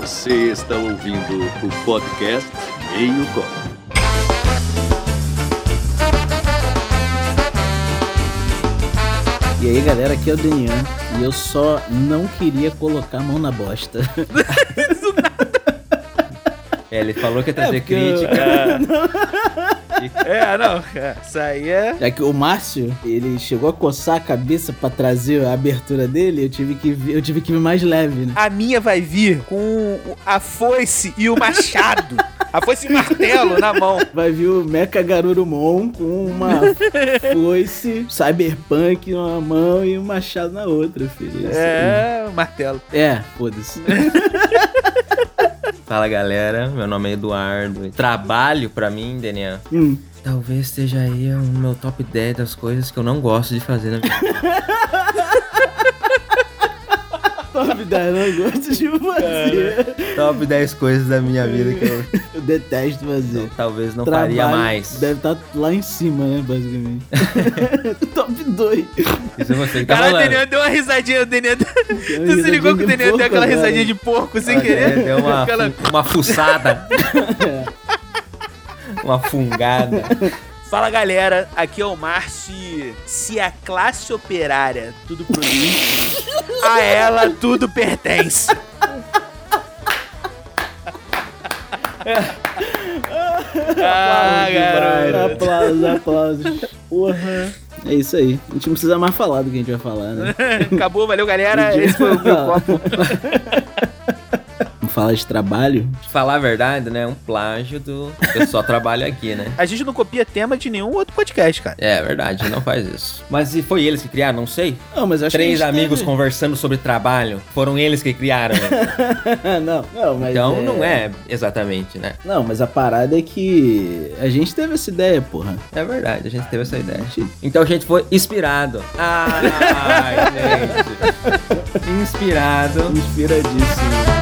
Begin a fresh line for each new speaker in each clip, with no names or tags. Você está ouvindo o podcast Meio Copo.
E aí galera, aqui é o Denian e eu só não queria colocar a mão na bosta.
É, ele falou que ia trazer
É, porque eu-
crítica.
É, não. é, Isso aí é.
Já que o Márcio, ele chegou a coçar a cabeça pra trazer a abertura dele, eu tive que vir, eu tive que vir mais leve, né?
A minha vai vir com a foice e o machado. A foice e o martelo na mão.
Vai vir o Mecha Garurumon com uma foice, cyberpunk numa mão e um machado na outra, filho. Isso
É, o martelo.
aí. É, foda-se.
Fala galera, meu nome é Eduardo. Trabalho pra mim, Denian.
Hum.
Talvez esteja aí o meu top 10 das coisas que eu não gosto de fazer na vida.
Top 10, não gosto de fazer.
top 10 coisas da minha vida que eu
Eu detesto fazer.
talvez não
Trabalho
faria mais.
Deve estar lá em cima, né, basicamente. Top 2.
Isso é você que tá
Caralho, o
falando.
Daniel deu uma risadinha. O Daniel. Tu se ligou que o Daniel deu aquela risadinha de porco sem
Olha,
querer?
Deu uma,
Aquela-
uma fuçada. uma fungada.
Fala galera, aqui é o Márcio. e Se a classe operária tudo produz, a ela tudo pertence. ah, garoto.
Aplausos, aplausos. Porra. É isso aí. A gente não precisa mais falar do que a gente vai falar, né?
Acabou, valeu galera.
Podia
Esse foi o meu
falar.
copo.
Vamos falar de trabalho?
Falar a verdade, né? é Um plágio do. Eu só trabalho aqui, né?
A gente não copia tema de nenhum outro podcast, cara.
É verdade, não faz isso. Mas se foi eles que criaram, não sei.
Não, mas eu acho
Três
que a gente
amigos
teve-
conversando sobre trabalho. Foram eles que criaram. né?
não, não, mas.
Então não é exatamente, né?
Não, mas a parada é que a gente teve essa ideia, porra.
É verdade, a gente teve essa ideia. Então a gente foi inspirado. Ai, gente. Inspirado.
Inspiradíssimo.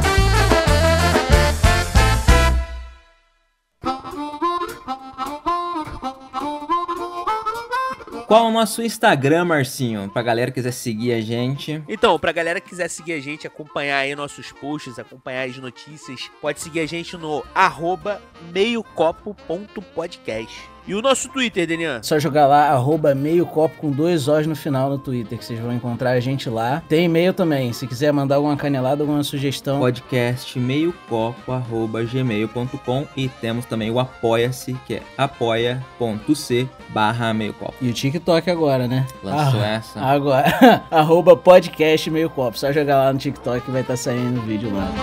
Qual o nosso Instagram, Marcinho? Pra galera que quiser seguir a gente.
Então, pra galera que quiser seguir a gente, acompanhar aí nossos posts, acompanhar as notícias, pode seguir a gente no arroba meiocopo.podcast. E o nosso Twitter, Denian?
Só jogar lá, arroba meio copo com dois Os no final no Twitter, que vocês vão encontrar a gente lá. Tem e-mail também, se quiser mandar alguma canelada, alguma sugestão.
podcast meiocopo.gmail.com e temos também o apoia-se, que é apoia.c barra meiocopo.
E o TikTok agora, né?
Lançou
Ah,
essa.
Agora, arroba podcast meio copo. Só jogar lá no TikTok que vai estar saindo o vídeo lá.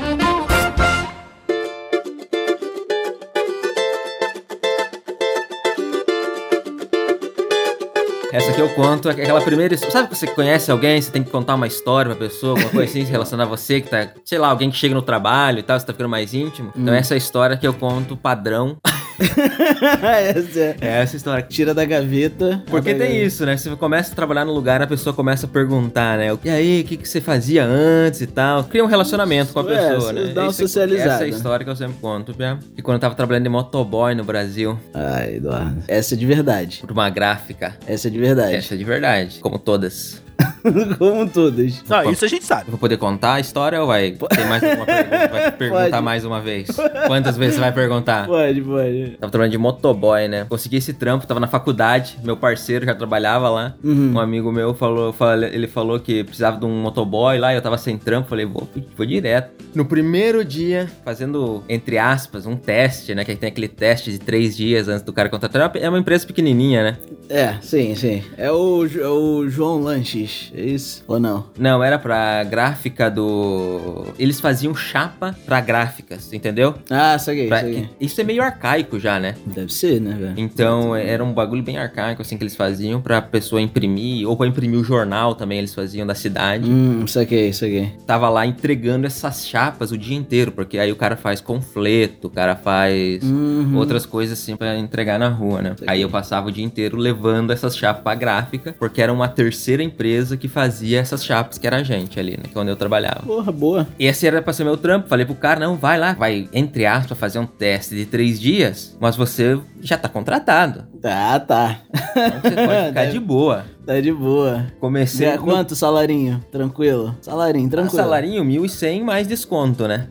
Essa que eu conto é aquela primeira. his- Sabe que você conhece alguém, você tem que contar uma história pra pessoa, alguma coisa assim, relacionada a você, que tá, sei lá, alguém que chega no trabalho e tal, você tá ficando mais íntimo. Então,
Hum.
essa é a história que eu conto padrão.
Essa é-
É essa história.
Tira da gaveta.
Porque tem isso, né? Você começa a trabalhar no lugar, a pessoa começa a perguntar, né? E aí, o que, que você fazia antes e tal? Cria um relacionamento com a
É, você
pessoa, né?
dá uma
Isso é-
socializada.
Essa é a história que eu sempre conto, né? E quando eu tava trabalhando de motoboy no Brasil,
Ai, Eduardo. Essa é de verdade.
por uma gráfica.
Essa é de verdade.
Essa é de verdade, como todas.
Como todas.
Não, isso a gente sabe.
Eu vou poder contar a história ou vai ter mais alguma pergunta? Vai perguntar
Pode.
mais uma vez? Quantas vezes você vai perguntar?
Pode, pode.
Tava trabalhando de motoboy, né? Consegui esse trampo, tava na faculdade, meu parceiro já trabalhava lá.
Uhum.
Um amigo meu falou, fala- ele falou que precisava de um motoboy lá, e eu tava sem trampo, falei, vou, vou direto. No primeiro dia, fazendo, entre aspas, um teste, né? Que tem aquele teste de três dias antes do cara contratar. É uma empresa pequenininha, né?
É, sim, sim. É o, Jo- é o João Lanches, é isso? Ou não?
Não, era pra gráfica do... Eles faziam chapa pra gráficas, entendeu?
Ah, saquei,
Pra-
saquei.
Isso é meio arcaico já, né?
Deve ser, né, velho?
Então era um bagulho bem arcaico assim que eles faziam pra pessoa imprimir ou pra imprimir o jornal também eles faziam da cidade.
Hum, saquei, saquei.
Tava lá entregando essas chapas o dia inteiro, porque aí o cara faz confleto, o cara faz
Uhum.
outras coisas assim pra entregar na rua, né?
Sei.
Aí eu passava o dia inteiro levando levando essas chapas pra gráfica, porque era uma terceira empresa que fazia essas chapas, que era a gente ali, né? Que é onde eu trabalhava.
Porra, boa.
E esse era pra ser meu trampo. Falei pro cara, não, vai lá, vai, entre aspas, fazer um teste de três dias, mas você já tá contratado.
Tá, tá.
Então você pode ficar de boa.
Tá de boa.
Comecei
Ganha
com
quanto salarinho? Tranquilo? Salarinho,
um
tranquilo.
salarinho 1.100 mais desconto, né?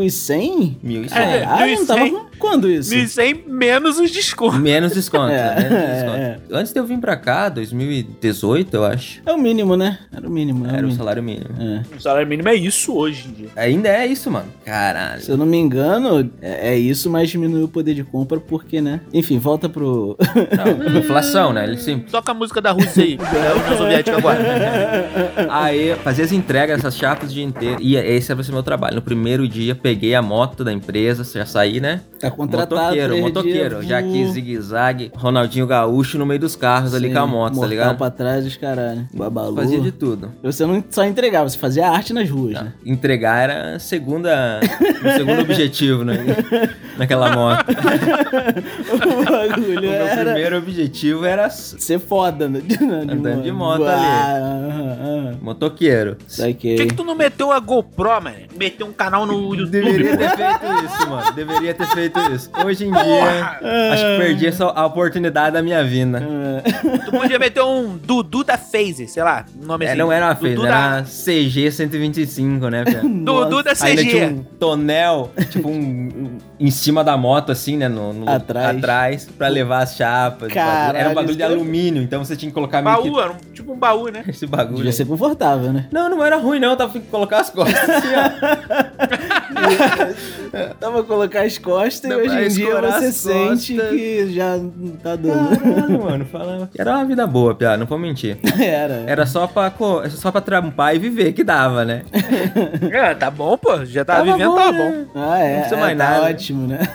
1.100?
1.100.
É,
Caralho, não tava
1.100.
com... Quando isso?
E sem menos os descontos.
Menos desconto,
É,
né? Menos
é,
desconto. Antes de eu vir pra cá, 2018, eu acho,
É o mínimo, né? Era o mínimo, era,
era
o
o
mínimo.
salário mínimo.
É.
O salário mínimo é isso hoje em dia.
Ainda é isso, mano. Caralho.
É, Se eu não me engano, é, é isso, mas diminuiu o poder de compra porque, né? Enfim, volta pro.
Não, inflação, né? Ele sim.
Toca a música da Rússia aí. É o União Soviética agora.
Aí eu fazia as entregas, essas chapas o dia inteiro. E esse era o meu trabalho. No primeiro dia, peguei a moto da empresa, já saí, né?
Tá contratado.
motoqueiro,
três
motoqueiro.
dias,
Já que
vu.
zigue-zague, Ronaldinho Gaúcho no meio dos carros ali
Sim,
com a moto, tá
mortal
ligado?
pra trás dos caralho. Babalu.
Fazia de tudo.
Você não só entregava, você fazia arte nas ruas, né?
Entregar era a segunda, o segundo objetivo, né? Naquela moto.
o bagulho
O meu
era
primeiro objetivo era s-
ser foda, né? De, de
Andando de moto ali.
Ah, ah, ah.
motoqueiro.
Por
Saquei.
que, que tu não meteu a GoPro, mano? Meteu um canal no YouTube.
Deveria ter feito isso, mano. Deveria ter feito isso. Hoje em dia, acho que perdi essa, a oportunidade da minha vinda.
Tu podia meter um Dudu da Phase, sei lá. o Nome
É,
assim.
não era uma
Dudu
fez,
da-
era CG 125, né, cara?
Dudu da
Ainda tinha
CG.
um tonel, tipo um, um- em cima da moto, assim, né? No, no-
Atrás.
atrás, pra levar as chapas. o bagulho. era
Caralho,
um bagulho
isso
de
é-
alumínio, então você tinha que colocar meio
Baú, era um- tipo um baú, né?
que esse bagulho.
Devia ser confortável, né?
Não, não era ruim, não. Tava que colocar as costas assim, ó.
Tava colocar as costas
É.
e
Dá
hoje
pra
em dia
escorar
você
as
sente
costas.
que já não tá dando.
Caralho, mano. Falava. Era uma vida boa, Piá, não vou mentir.
Era.
Ah. Era só pra, co- só pra trampar e viver que dava, né?
É, tá bom, pô. Já tá
Tava
vivendo,
bom,
tá
né?
bom.
Ah, é.
Não precisa
é,
mais
tá
nada.
ótimo, né?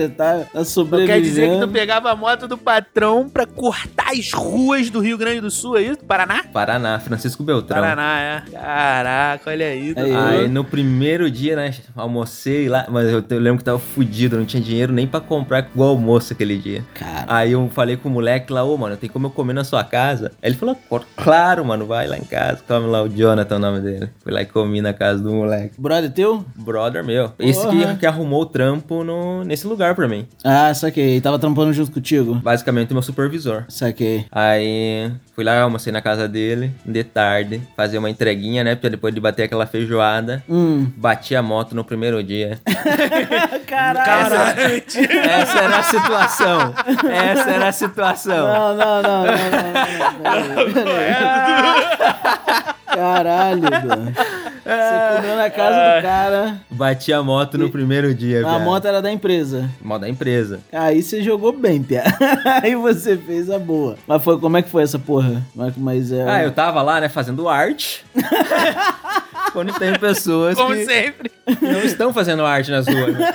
já tá, tá
Não
sobrevivendo.
quer dizer que tu pegava a moto do patrão pra cortar as ruas do Rio Grande do Sul, é isso? Paraná?
Paraná, Francisco Beltrão.
Paraná, é. Caraca, olha aí. Dudu.
Aí,
Aí no primeiro dia, né, almocei lá, mas eu te- eu lembro que tava fudido, não tinha dinheiro nem pra comprar o almoço aquele dia.
Cara,
Aí eu falei com o moleque lá, ô mano, tem como eu comer na sua casa? Aí ele falou, "Cor- claro, mano, vai lá em casa, come lá, o Jonathan é o nome dele. Fui lá e comi na casa do moleque.
brother teu?
Brother meu. Esse que,
Porra.
que arrumou o trampo no, nesse lugar pra mim.
Ah, saquei. Tava trampando junto contigo?
Basicamente, meu supervisor.
Saquei.
Aí fui lá, almocei na casa dele, de tarde, fazer uma entreguinha, né? Porque depois de bater aquela feijoada,
Hum.
bati a moto no primeiro dia.
Caralho.
Essa era a situação. Essa era a situação.
Não, não, não, não, não, não, não, Caralho, Dan. Você comeu na casa do cara.
Bati a moto no primeiro dia,
A
viado.
moto era da empresa.
Moto da empresa.
Aí você jogou bem, Pia. Aí você fez a boa. Mas foi, como é que foi essa porra? Mas, mas é.
Ah, eu tava lá, né, fazendo arte. Quando tem pessoas
Como
que
sempre.
não estão fazendo arte nas ruas. né?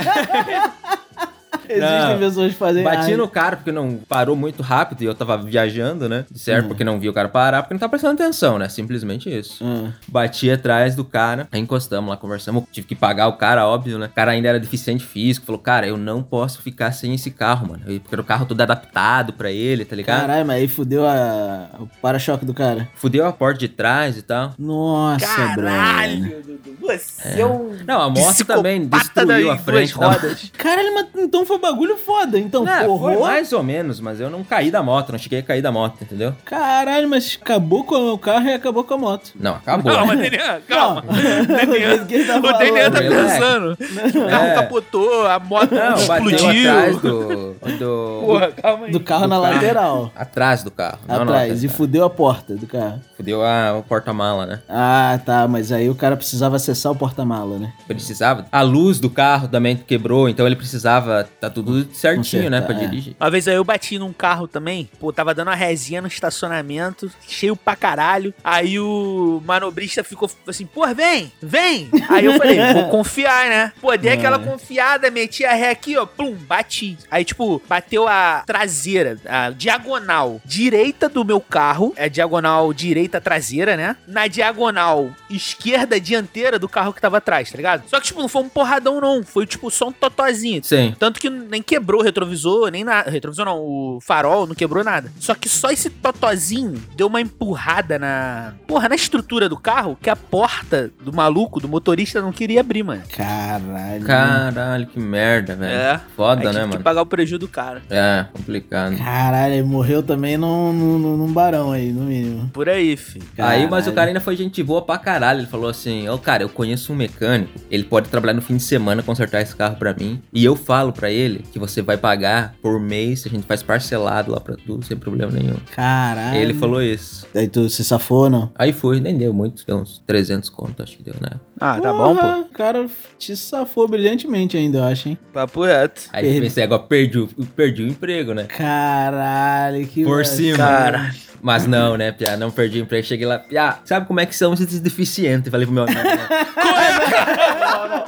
Existem
não.
pessoas que fazem. Ah,
Bati
arte.
no cara porque não parou muito rápido e eu tava viajando, né?
Hum.
Certo, porque não vi o cara parar, porque não tava prestando atenção, né? Simplesmente isso.
Ah,
Bati atrás do cara, aí encostamos lá, conversamos. Tive que pagar o cara, óbvio, né? O cara ainda era deficiente físico, falou: Cara, eu não posso ficar sem esse carro, mano. Eu- Porque era o carro todo é adaptado pra ele, tá ligado?
Caralho, mas aí fudeu a... o para-choque do cara.
Fudeu a porta de trás e tal.
Nossa, Caralho.
Caralho, Dudu. Você é um.
Não, a moto
psicopata
também
das
destruiu a
duas
frente da moto.
rodas.
Caralho, mas então foi bagulho foda. Então,
Não, foi
porra.
mais ou menos, mas eu não caí da moto, não cheguei a cair da moto, entendeu?
Caralho, mas acabou com o carro e acabou com a moto.
Não, acabou.
Calma, Denian, calma.
Não. tá O jeito que ele tá
O Denian tá
tá falando.
pensando. que O carro
É.
capotou, a moto
não, bateu atrás
explodiu.
do. do
Porra, calma aí.
Do carro
Do
na
carro.
lateral.
Atrás do carro. tá não, tá não,
atrás. e fudeu a porta do carro.
Fudeu a, o porta-mala, né?
Ah, tá. Mas aí o cara precisava acessar o porta-mala, né?
Precisava. A luz do carro também quebrou, então ele precisava. Tá tudo certinho, né?
Consertar,
Pra
é.
dirigir.
Uma vez aí eu bati num carro também, pô, tava dando uma resinha no estacionamento, cheio pra caralho. Aí o manobrista ficou assim, pô, vem, vem. Aí eu falei, vou confiar, né? Pô, dei aquela confiada, meti a ré aqui, ó, plum, bati. Aí, tipo, bateu a traseira, a diagonal direita do meu carro, é a diagonal direita traseira, né? Na diagonal esquerda dianteira do do carro que tava atrás, tá ligado? Só que, tipo, não foi um porradão, não. Foi, tipo, só um totozinho.
Sim.
Tanto que nem quebrou o retrovisor, nem nada. Retrovisor não, o farol não quebrou nada. Só que só esse totozinho deu uma empurrada na. Porra, na estrutura do carro que a porta do maluco, do motorista, não queria abrir, mano.
Caralho.
Caralho, que merda, velho.
É.
Foda,
Aí
né,
tive que
mano?
pagar o prejuízo do cara.
É, complicado.
Caralho, ele morreu também num, num, num barão aí, no mínimo.
Por aí, filho.
Aí, mas o
Caralho.
cara ainda foi gente boa pra caralho. Ele falou assim: Ô, cara, eu conheço um mecânico. Ele pode trabalhar no fim de semana, consertar esse carro pra mim. E eu falo pra ele que você vai pagar por mês. A gente faz parcelado lá pra tudo, sem problema nenhum.
Caralho.
Ele falou isso.
Aí tu se safou, não?
Aí foi, nem deu muito. Deu uns 300 conto, acho que deu, né?
Ah, tá bom, pô.
O cara te safou brilhantemente ainda, eu acho, hein?
Papo reto.
Aí
Perdi.
eu pensei: agora perdi, o- perdi o emprego, né?
Caralho, que
Por
vacilo.
cima.
Cara.
Mas não, né, Pia? Não perdi o emprego. Cheguei lá, Pia, sabe como é que são esses deficientes? Falei pro meu amigo. né?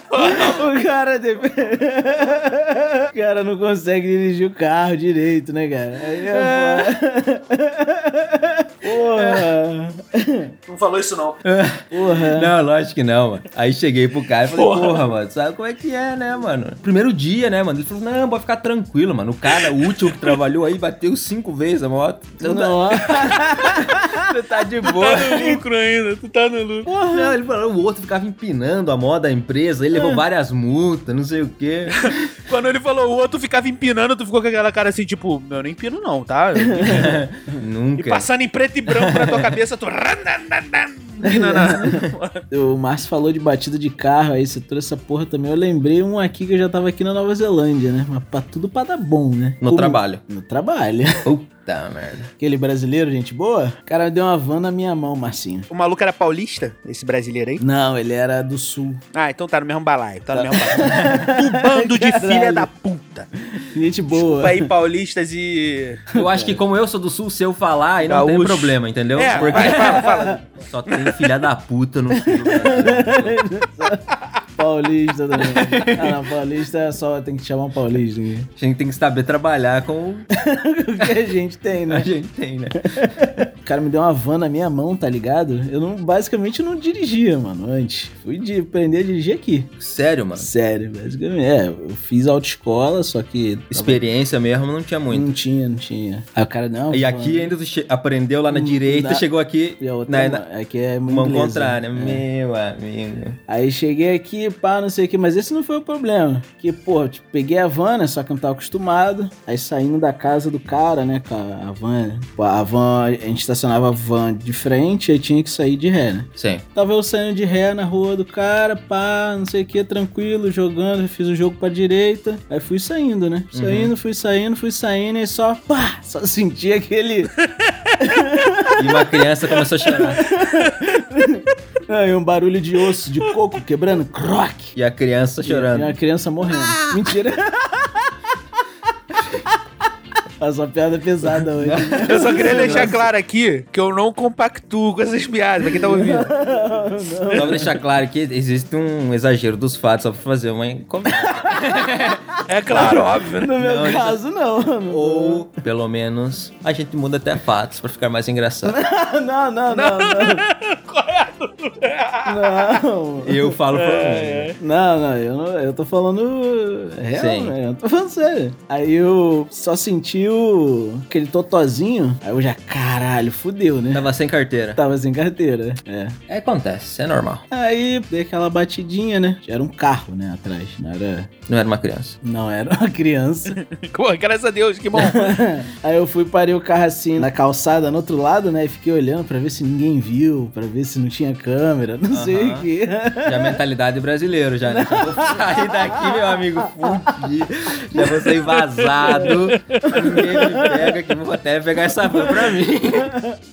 O cara de... O cara não consegue dirigir o carro direito, né, cara? Aí
É.
é foda.
Não falou isso, não.
Porra. Porra.
Não, lógico que não, mano. Aí cheguei pro cara e falei, porra. mano, sabe como é que é, né, mano? Primeiro dia, né, mano? Ele falou, não, pode ficar tranquilo, mano. O cara, o último que trabalhou aí, bateu cinco vezes a moto. Você tá,
Nossa.
você tá de boa.
lucro ainda, tu tá no lucro.
Não, ele falou, o outro ficava empinando a moda da empresa, ele levou várias multas, não sei o quê.
Quando ele falou o outro ficava empinando, tu ficou com aquela cara assim, tipo, eu não empino não, tá? Eu- E
Nunca.
passando em preto e branco pra tua cabeça, tu... Empina na-
O Márcio falou de batida de carro, aí você trouxe essa porra também. Eu lembrei um aqui que eu já tava aqui na Nova Zelândia, né? Mas pra tudo pra dar bom, né?
No
Como-
trabalho.
No trabalho.
Puta merda.
Aquele brasileiro, gente boa. O cara deu uma van na minha mão, Marcinho.
O maluco era paulista, esse brasileiro aí?
Não, ele era do sul.
Ah, então tá no mesmo balaio, tá no mesmo balaio. Um bando de
Caralho.
filha da puta.
Gente boa.
Desculpa aí, paulistas e...
Eu acho que como eu sou do sul, se eu falar, aí não tem
Gaúcho.
problema, entendeu?
É,
Porque
vai, fala, fala.
só tem filha da puta no sul.
Paulista também. Ah, não, paulista é só tem que chamar um paulista. aqui.
A gente tem que saber trabalhar com o que
O que a gente tem,
a
né?
gente tem, né?
O cara me deu uma van na minha mão, tá ligado? Eu não, basicamente não dirigia, mano, antes. Fui de, aprender a dirigir aqui.
Sério, mano.
Sério, basicamente. É, eu fiz autoescola, só que. tava-
Experiência mesmo não tinha muito.
Não tinha, não tinha. Aí o cara não.
E aqui ainda tu che- aprendeu lá na
Hum,
direita,
na-
chegou aqui né,
E a outra,
na,
na,
na
aqui é muito
mão
inglesa.
contrária.
É.
Meu amigo.
Aí cheguei aqui, pá, não sei o que, mas esse não foi o problema. Que, pô, tipo, peguei a van, né? Só que eu não tava acostumado. Aí saindo da casa do cara, né? Com a a van. pô, A van, a gente estacionava a van de frente aí tinha que sair de ré, né?
Sim.
Tava eu saindo de ré na rua do cara, pá, não sei o que, tranquilo, jogando, fiz o jogo pra direita. Aí fui saindo, né? Saindo, fui saindo, fui saindo, e só, pá, só senti aquele.
E uma criança começou a chorar.
Aí um barulho de osso, de coco quebrando, croc.
E a criança
E
Tá chorando.
uma criança morrendo. Mentira. Faz uma piada pesada hoje.
Eu só queria deixar claro aqui que eu não compactuo com essas piadas, pra quem tá ouvindo.
Só pra deixar claro que existe um exagero dos fatos, só pra fazer uma encomenda.
É claro, óbvio, né?
No meu
Não,
caso, não. Não,
Ou, pelo menos, a gente muda até fatos pra ficar mais engraçado.
não, não, não. Não,
Eu falo pra
É.
mim.
não, não, eu, não, eu tô falando real,
Sim.
né? Eu tô falando sério. Aí eu só senti o, aquele totozinho, aí eu já, caralho, fudeu, né?
Tava sem carteira.
Tava sem carteira, é.
É, acontece, é normal.
Aí dei aquela batidinha, né? Era um carro, né, atrás, não era...
Não era uma criança.
Não era uma criança.
Pô, graças a Deus, que bom.
Aí eu fui, parei o carro assim na calçada, no outro lado, né? E fiquei olhando pra ver se ninguém viu, pra ver se não tinha câmera, não sei o
Aham.
que.
Já a mentalidade brasileira, já, né? Vou sair daqui, meu amigo, fudido. Já vou sair vazado. Ninguém me pega que vou até pegar essa van pra mim.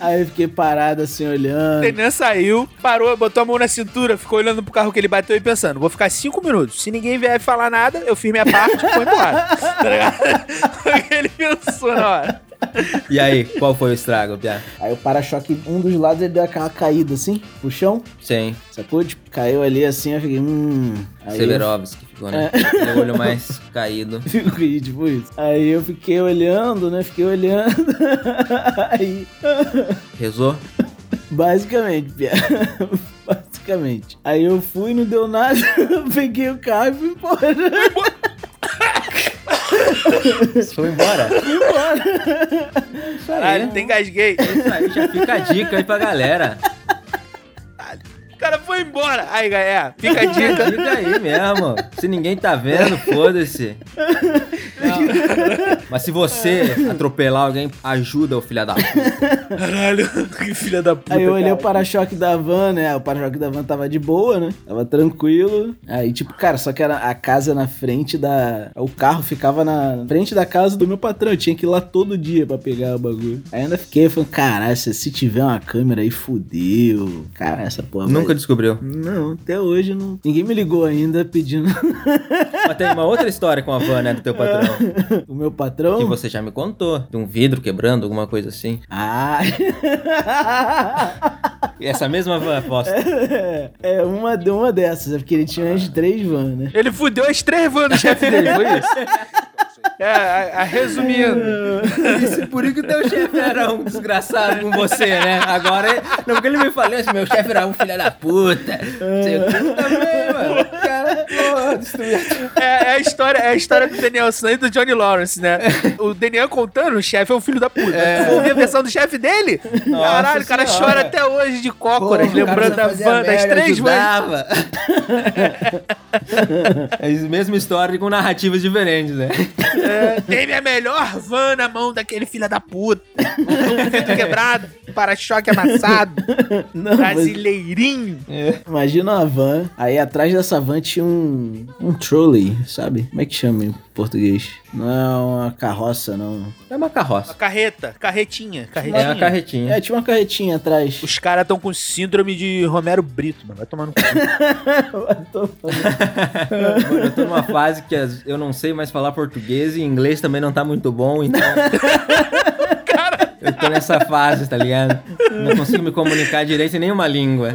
Aí eu fiquei parado assim olhando.
Tenan saiu, parou, botou a mão na cintura, ficou olhando pro carro que ele bateu e pensando: vou ficar cinco minutos. Se ninguém vier falar nada, eu fiz minha parte e foi embora. Tá ligado? Foi o que ele pensou na hora.
E aí, qual foi o estrago, Pia?
Aí o para-choque, um dos lados, ele deu aquela caída assim, pro chão,
Sim,
sacou? Tipo, caiu ali assim, eu fiquei, hum. Aí eu É.
Severovski ficou, né? Meu olho mais caído.
Fiquei tipo isso. Aí eu fiquei olhando, né? Fiquei olhando. Aí.
Rezou?
Basicamente, Pia. Basicamente. basicamente. Aí eu fui, não deu nada, eu peguei o carro e fui embora.
Foi embora.
Fui embora.
Isso aí.
Caralho, tem gasguei.
Isso aí já fica a dica aí pra galera.
O cara foi embora. Aí, galera, é, fica a
Fica a
dica.
dica aí mesmo. Se ninguém tá vendo, foda-se. Não. Mas se você atropelar alguém, ajuda o filho da puta.
Caralho, que filha da puta.
Aí eu olhei o
cara.
para-choque da van, né? O para-choque da van tava de boa, né? Tava tranquilo. Aí, tipo, cara, só que era a casa na frente da. O carro ficava na frente da casa do meu patrão. Eu tinha que ir lá todo dia pra pegar o bagulho. Aí ainda fiquei falando, caralho, se, se tiver uma câmera aí, fudeu. Cara, essa porra. vai-
Nunca descobriu.
Não, até hoje não. Ninguém me ligou ainda pedindo
Mas tem uma outra história com a van, né, do teu patrão.
o meu patrão.
Que você já me contou. De um vidro quebrando, alguma coisa assim.
Ah!
E essa mesma van, aposto.
é uma, uma dessas, é porque ele tinha as três van, né?
Ele fudeu as três van no chefe dele, foi isso? É, a, a- resumindo.
Isso por isso que teu chefe era um desgraçado com você, né? Agora, não porque ele me falou assim, meu chefe era um filho da puta. Não sei o que também, mano. Cara, porra, destruiu.
É, é a história, é a história do Daniel San e do Johnny Lawrence, né? O Daniel contando, o chefe é um filho da puta. É. ouvir a versão do chefe dele?
Nossa
Caralho, o cara
senhora.
chora até hoje de cócoras,
Porra, o cara
lembrando da
precisa fazer
van,
a
das
merda,
três vans.
ajudava. É a mesma história com narrativas diferentes, né?
É, teve a melhor van na mão daquele filho da puta. Um vidro quebrado, para-choque amassado,
Não, mas-
brasileirinho.
Imagina uma van, aí atrás dessa van tinha um, um trolley, sabe? Como é que chama em português? Não é uma carroça, não.
É uma
Uma
carroça.
carreta, carretinha,
É
carretinha.
uma carretinha.
É, tinha uma carretinha atrás.
Os caras estão com síndrome de Romero Brito, mano. Vai tomar no cu.
Mano, É, eu tô numa fase que as- eu não sei mais falar português e inglês também não tá muito bom, então. Eu tô nessa fase, tá ligado? Não consigo me comunicar direito em nenhuma língua.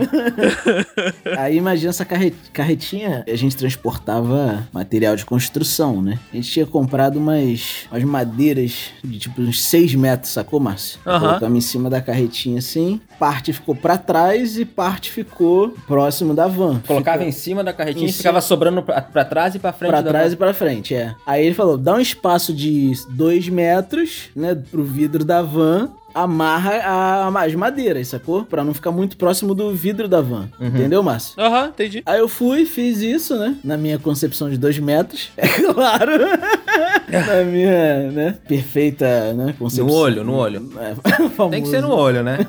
aí imagina essa carre- carretinha, a gente transportava material de construção, né? A gente tinha comprado umas, umas madeiras de tipo uns 6 metros, sacou, Márcio?
Aham.
Colocamos em cima da carretinha assim, parte ficou pra trás e parte ficou próximo da van.
Colocava em cima da carretinha
Em
e ficava sobrando pra, pra trás e pra frente
Pra
da
trás e pra frente, é. Aí ele falou: dá um espaço de dois metros, né, pro vidro da van. Amarra a- as madeiras, sacou? Pra não ficar muito próximo do vidro da van.
Uhum.
Entendeu, Márcio?
Aham, entendi.
Aí eu fui, fiz isso, né? Na minha concepção de dois metros, é claro. Na minha, né? Perfeita, né? Concepção.
É. No olho, no olho.
É,
Tem que ser no olho, né?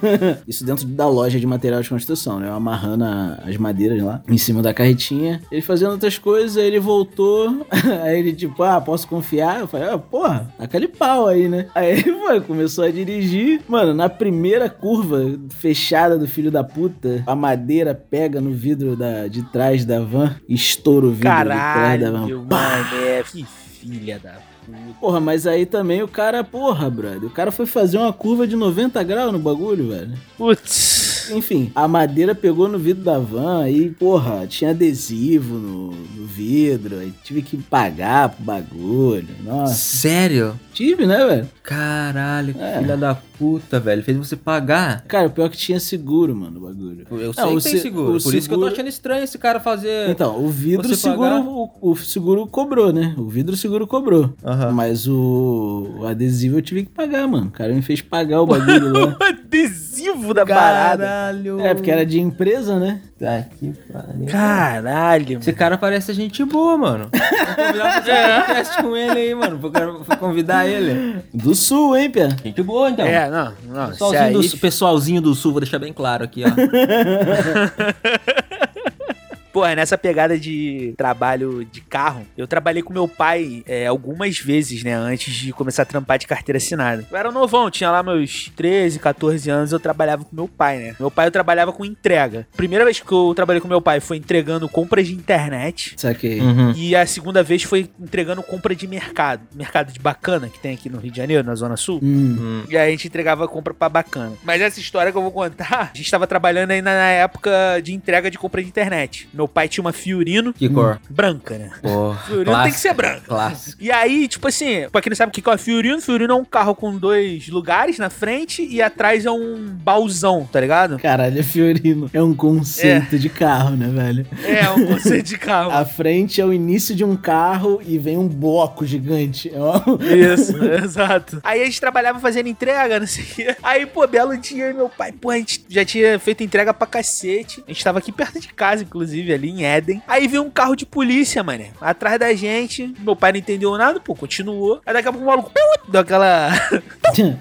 isso dentro da loja de material de construção, né? Eu amarrando a- as madeiras lá em cima da carretinha. Ele fazendo outras coisas, aí ele voltou. aí ele, tipo, ah, posso confiar? Eu falei, ah, porra, taca de pau aí, né? Aí ele foi, começou a dirigir. Mano, na primeira curva fechada do filho da puta, a madeira pega no vidro da, de trás da van, e estoura o vidro de trás da van.
Caralho, mano, é, que filha da puta.
Porra, mas aí também o cara, porra, brother, o cara foi fazer uma curva de 90 graus no bagulho, velho.
Putz.
Enfim, a madeira pegou no vidro da van e, porra, tinha adesivo no, no vidro, aí tive que pagar pro bagulho. Nossa,
Sério?
tive, né, velho?
Caralho, que
É.
filha da puta, velho. Fez você pagar.
Cara, o pior que tinha seguro, mano, o bagulho.
Eu sei
Não, o
que tem
se-
seguro.
o
Por isso que eu tô
seguro-
achando estranho esse cara fazer.
Então, o vidro
Você
o seguro,
pagar?
o, o seguro cobrou, né? O vidro o seguro cobrou.
Aham.
Mas o, o adesivo eu tive que pagar, mano. O cara me fez pagar o bagulho lá.
Adesivo da parada.
Caralho.
É, porque era de empresa, né?
Tá que pariu.
Caralho,
Esse
mano.
cara parece gente boa, mano. Vou convidar pra fazer
É.
um podcast com ele aí, mano. Vou, quero- vou convidar ele.
Do sul, hein, Pia?
Gente boa, então.
É, não, não. isso
Pessoalzinho
aí-
do, Sul- pessoalzinho do Sul, vou deixar bem claro aqui, ó.
Pô, é nessa pegada de trabalho de carro, eu trabalhei com meu pai é, algumas vezes, né? Antes de começar a trampar de carteira assinada. Eu era novão, tinha lá meus 13, 14 anos, eu trabalhava com meu pai, né? Meu pai eu trabalhava com entrega. Primeira vez que eu trabalhei com meu pai foi entregando compras de internet.
Saquei.
Uhum.
E a segunda vez foi entregando compra de mercado. Mercado de bacana que tem aqui no Rio de Janeiro, na Zona Sul.
Hum.
Uhum.
E aí a gente entregava compra pra bacana. Mas essa história que eu vou contar, a gente tava trabalhando aí na, na época de entrega de compra de internet. Meu Meu pai tinha uma Fiorino
Que cor?
branca, né?
Porra.
Fiorino tem que ser branca.
Clássico.
E aí, tipo assim, pra quem não sabe o que que é o Fiorino, Fiorino é um carro com dois lugares na frente e atrás é um baúzão, tá ligado?
Caralho, a Fiorino é um conceito de carro, né, velho?
É, um conceito de carro.
A frente é o início de um carro e vem um bloco gigante. É uma-
Isso, exato. Aí a gente trabalhava fazendo entrega, não sei o quê. Aí, pô, belo dia, meu pai, pô, a gente já tinha feito entrega pra cacete. A gente tava aqui perto de casa, inclusive, ali em Éden. Aí veio um carro de polícia, mané, atrás da gente. Meu pai não entendeu nada, pô, continuou. Aí daqui a pouco o maluco piu, deu aquela.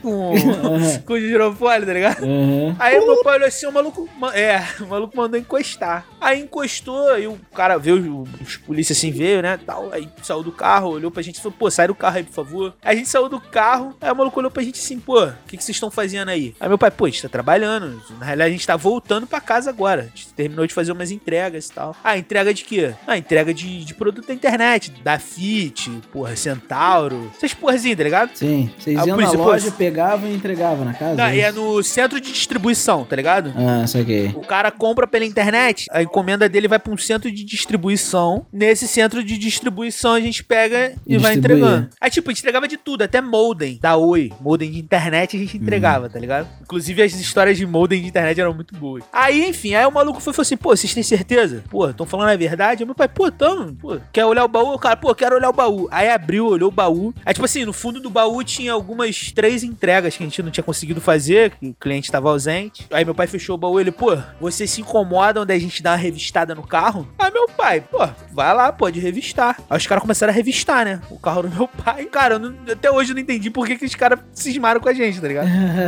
com, com o girofólio, tá ligado?
Uhum.
Aham.
Aí meu pai olhou assim, o maluco. ma- É, o maluco mandou encostar. Aí encostou e o cara veio, o- os polícia assim veio, né? Tal, aí saiu do carro, olhou pra gente e falou, pô, sai do carro aí, por favor. Aí a gente saiu do carro, aí o maluco olhou pra gente assim, pô, o que, que vocês estão fazendo aí? Aí meu pai, pô, a gente tá trabalhando. Na realidade, a gente tá voltando pra casa agora. A gente terminou de fazer umas entregas e tal. Ah, entrega de quê? Ah, entrega de, de produto da internet, da Fit, porra, Centauro. Essas porrazinhas, tá ligado?
Sim, vocês
A
iam na
polícia, pô,
loja, pegavam e entregavam na casa?
Não,
é
e é
isso?
no centro de distribuição, tá ligado?
Ah, saquei.
O cara compra pela internet, a encomenda dele vai pra um centro de distribuição. Nesse centro de distribuição a gente pega e,
E
vai
distribui,
entregando.
né?
Aí, tipo, a gente entregava de tudo, até modem da Oi. Modem de internet a gente entregava, tá ligado? Inclusive as histórias de modem de internet eram muito boas. Aí, enfim, aí o maluco foi e falou assim: pô, vocês têm certeza? Pô, estão falando a verdade? Aí meu pai, pô, tamo, pô, quer olhar o baú? O cara, pô, quero olhar o baú. Aí abriu, olhou o baú. Aí, tipo assim, no fundo do baú tinha algumas três entregas que a gente não tinha conseguido fazer, que o cliente tava ausente. Aí meu pai fechou o baú, ele, pô, vocês se incomodam da gente dar uma revistada no carro? Aí meu pai, pô, vai lá, pode revistar. Aí os caras começaram a revistar, né? O carro do meu pai. Cara, eu não- até hoje eu não entendi por que, que os caras cismaram com a gente, tá ligado?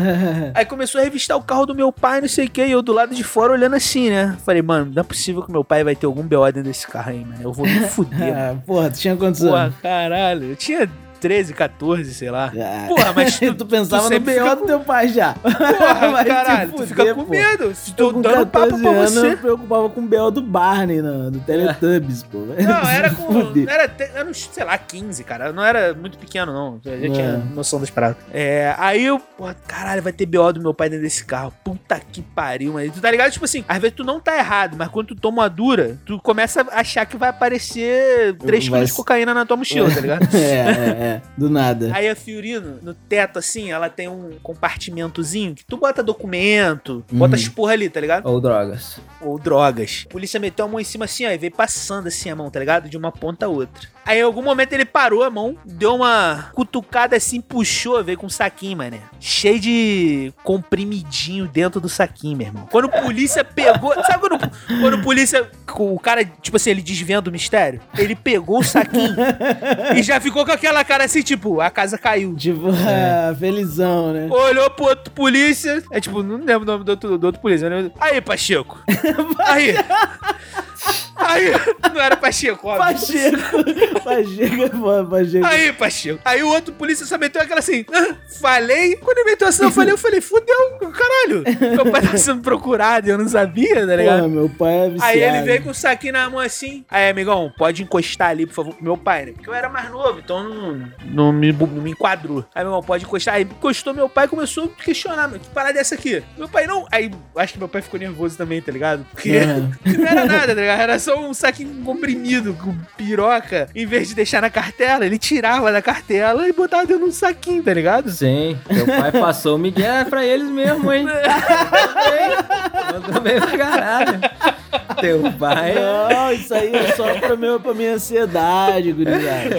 Aí começou a revistar o carro do meu pai, não sei o que, e eu do lado de fora olhando assim, né? Falei, mano, não é possível que meu pai vai ter algum BO dentro desse carro aí, mano. Eu vou me fuder.
Ah, porra, tu tinha quantos
é- Porra,
anos?
caralho. Eu tinha 13, 14, sei lá.
Ah.
Porra, mas tu,
tu pensava
tu
no
sempre
B.O.
fica
do teu pai já.
porra,
Vai te
caralho, tu
fuder,
fica com
pô.
medo. Tô
Eu com
dando papo
14
pra
anos eu
você.
me preocupava com o B.O. do Barney, não, do Teletubbies, pô.
Não, era com.
Fudeu.
Era, te- era uns, sei lá, 15, cara. Eu Não era muito pequeno, não. Eu já
É.
tinha noção das paradas. É, aí eu, pô, caralho, vai ter BO do meu pai dentro desse carro. Puta que pariu, mano. Tu tá ligado? Tipo assim, às vezes tu não tá errado, mas quando tu toma uma dura, tu começa a achar que vai aparecer 3
Vai
quilos de
se-
cocaína na tua mochila, tá ligado?
É, é, é. Do nada.
Aí a Fiorino, no teto, assim, ela tem um compartimentozinho que tu bota documento, bota
Uhum.
as porra ali, tá ligado?
Ou drogas.
ou drogas. A polícia meteu a mão em cima assim, ó, e veio passando assim a mão, tá ligado? De uma ponta a outra. Aí em algum momento ele parou a mão, deu uma cutucada assim, puxou, veio com um saquinho, mané. Cheio de comprimidinho dentro do saquinho, meu irmão. Quando a polícia pegou. Sabe quando, quando a polícia. O cara, tipo assim, ele desvenda o mistério? Ele pegou o saquinho e já ficou com aquela cara assim, tipo, a casa caiu.
Tipo,
É.
ah, felizão, né?
Olhou pro outro polícia. É tipo, não lembro o nome do outro, do outro polícia. eu lembro- Aí, Pacheco. Aí. Aí. Não era Pacheco, óbvio.
Pacheco. Pacheco, pô, Pacheco.
Aí, Pacheco. Aí o outro polícia só meteu aquela assim. "Ah, falei. Quando ele meteu assim, eu falei, eu falei, fudeu, caralho. Meu pai tá sendo procurado, eu não sabia, tá ligado?
Porra, meu pai é viciado.
Aí ele veio com o saquinho na mão assim. Aí, amigão, pode encostar ali, por favor, pro meu pai, né? Porque eu era mais novo, então não, não, me, não me enquadrou. Aí, meu irmão, pode encostar. Aí encostou meu pai e começou a questionar, mano, que parada é essa aqui? Meu pai não. Aí acho que meu pai ficou nervoso também, tá ligado? Porque
Aham.
não era nada, tá ligado? Era só um saquinho comprimido com piroca. Em vez de deixar na cartela, ele tirava da cartela e botava dentro de um saquinho, tá ligado?
Sim. Teu pai passou o Miguel é pra eles mesmo, hein? Mandou bem pra caralho. Teu pai.
Não, isso aí é só pra, meu, pra minha ansiedade, gurizada.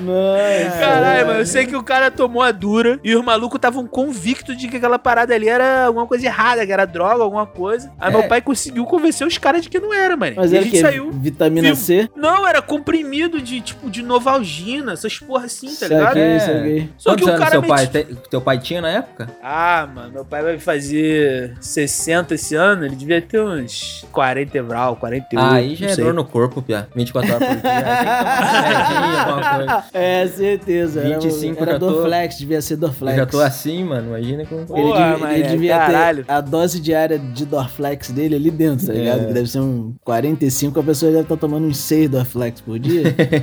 Nossa.
Caralho, mano, eu sei que o cara tomou a dura e os malucos estavam convictos de que aquela parada ali era alguma coisa errada, que era droga, alguma coisa. Aí
É.
meu pai conseguiu convencer os caras de que não era, mano.
Mas
e a
era o
gente
quê?
saiu.
Vitamina
vivo.
C?
Não, era comprimido de tipo de novalgina, essas porra assim, tá ligado?
Saquei,
É.
saquei.
Só
Quantos
que o
anos
cara
seu
me
pai? Te- Teu pai tinha na época?
Ah, mano, meu pai vai fazer 60 esse ano, ele devia ter uns 40 vral, 41.
Aí já
não
é
sei.
dor no corpo, Pia. 24 horas por dia. Tem que tomar uma remédio, alguma coisa.
É, certeza. Era,
25
era
já tô-
Dorflex, devia ser
Eu
Dorflex.
já tô assim, mano. Imagina com.
Ele,
Porra,
devia, ele
mané,
devia
caralho. É.
ter a dose diária de Dorflex dele ali dentro, tá ligado? Que deve ser um 45, a pessoa deve estar tomando uns 6 Dorflex por dia.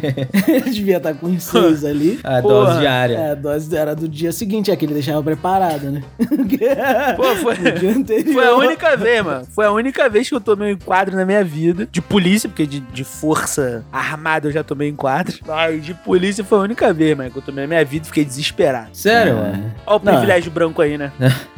ele devia estar com uns 6 ali.
A
Porra.
dose diária.
É, a dose era do dia seguinte, é que ele deixava preparado, né?
Pô, foi.
o dia anterior.
Foi a única vez, mano. Foi a única vez que eu tomei um enquadro na minha vida. De polícia, porque de, de força armada eu já tomei um enquadro. Mas de polícia foi a única vez, mano, que eu tomei na minha vida e fiquei desesperado.
Sério,
É.
mano?
Olha o
Não.
privilégio branco aí, né?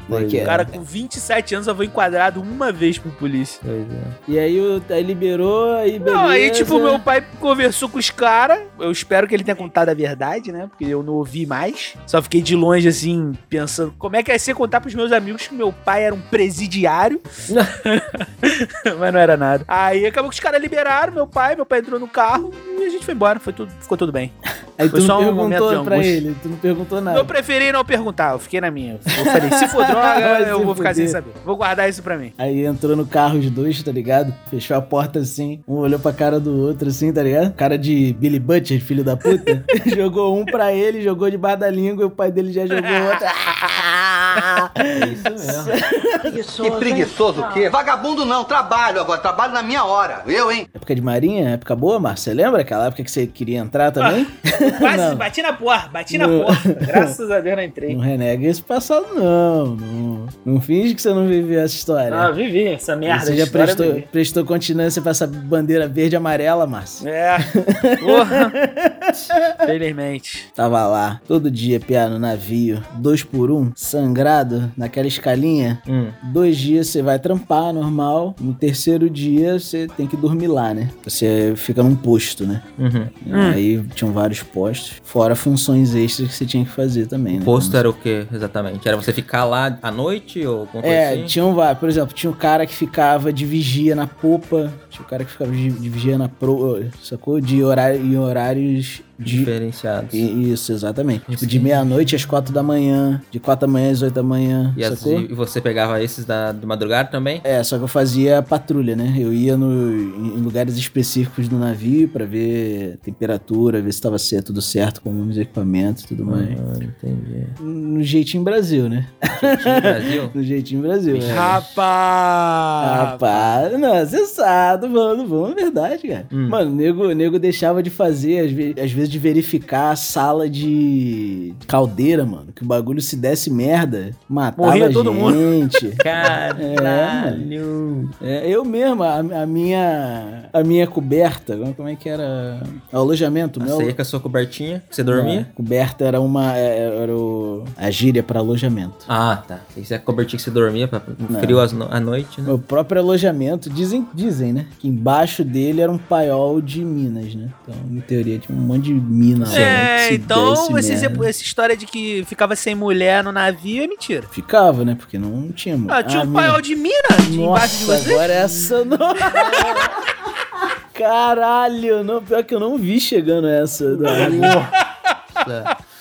Como é que é?
O cara com 27 anos só foi enquadrado uma vez por polícia.
Pois é.
E aí, o- aí liberou, aí beleza.
Não, aí, tipo, meu pai conversou com os caras. Eu espero que ele tenha contado a verdade, né? Porque eu não ouvi mais. Só fiquei de longe, assim, pensando: como é que ia ser contar pros meus amigos que meu pai era um presidiário? Mas não era nada. Aí acabou que os caras liberaram meu pai, meu pai entrou no carro e a gente foi embora. Foi tudo, ficou tudo bem.
Aí
foi
tu
só
não
um momento de
perguntou pra
angústia.
ele, tu não perguntou nada.
Eu preferi não perguntar, eu fiquei na minha. Eu falei: se for droga,
Vai
eu
se
vou ficar sem
fuder.
saber. Vou guardar isso pra mim.
Aí entrou no carro os dois, tá ligado? Fechou a porta assim, um olhou pra cara do outro assim, tá ligado? Cara de Billy Butcher, filho da puta. jogou um pra ele, jogou debaixo da língua e o pai dele já jogou outro.
É isso mesmo.
Que preguiçoso o quê? Vagabundo não, trabalho agora, trabalho na minha hora, eu, hein?
época de marinha, época boa, Marcos. Você lembra aquela época que você queria entrar também?
Quase
Não.
bati na porta, bati na
Não.
porta. Graças a Deus não entrei.
Não renega esse passado, não. Não, não finge que você não viveu essa história.
Ah, vivi essa merda.
você
de
já
história, eu
prestou,
vivi.
prestou continência pra essa bandeira verde e amarela, Márcio?
É. Porra. Felizmente.
Tava lá, todo dia, piá, no navio, dois por um, sangrado, naquela escalinha.
Hum.
Dois dias você vai trampar, normal. No terceiro dia você tem que dormir lá, né? Você fica num posto, né?
Uhum.
Hum.
Aí tinham vários postos. Fora funções extras que você tinha que fazer também, né?
Posto é era o que exatamente? Era você ficar lá à noite ou alguma coisa
É,
assim?
tinham vários. Por exemplo, tinha um cara que ficava de vigia na popa, tinha um cara que ficava de, de vigia na proa, sacou? De horário, em horários de.
Diferenciados.
I- Isso, exatamente. Tipo, de
Sim.
meia-noite às quatro da manhã, de quatro da manhã às oito da manhã,
E, as-
sacou?
e você pegava esses da, do madrugada também?
É, só que eu fazia patrulha, né? Eu ia no, em em lugares específicos do navio pra ver temperatura, ver se tava se- tudo certo com os equipamentos e tudo mais.
Ah, entendi.
No jeitinho Brasil, né?
Tinha no Brasil?
No jeitinho Brasil, né?
Ah, Rapaz.
Ah, Rapaz, não, acessado, mano, vamos, é verdade, cara.
Hum.
Mano, o nego, o nego deixava de fazer, às ve- às vezes, de verificar a sala de caldeira, mano. Que o bagulho se desse merda, matava
Morria
a
todo
gente.
Caralho!
É, eu mesmo, a, a minha a minha coberta, como é que era? O alojamento,
Você
meu.
ia com a sua cobertinha, que você
Não,
dormia?
coberta era uma é, era o, a gíria pra alojamento.
Ah, tá. Isso é a cobertinha que você dormia pra frio às no- à noite, né?
Meu próprio alojamento, dizem, dizem, né? Que embaixo dele era um paiol de minas, né? Então, em teoria, tinha um monte de mina lá. né, que
É,
se
então
desse
esse-
merda.
essa história de que ficava sem mulher no navio é mentira.
Ficava, né? Porque não tinha muito.
Ah, tinha um
mina.
paiol de mina de embaixo de
Nossa,
você.
agora essa não... Caralho, não, pior que eu não vi chegando essa. Não.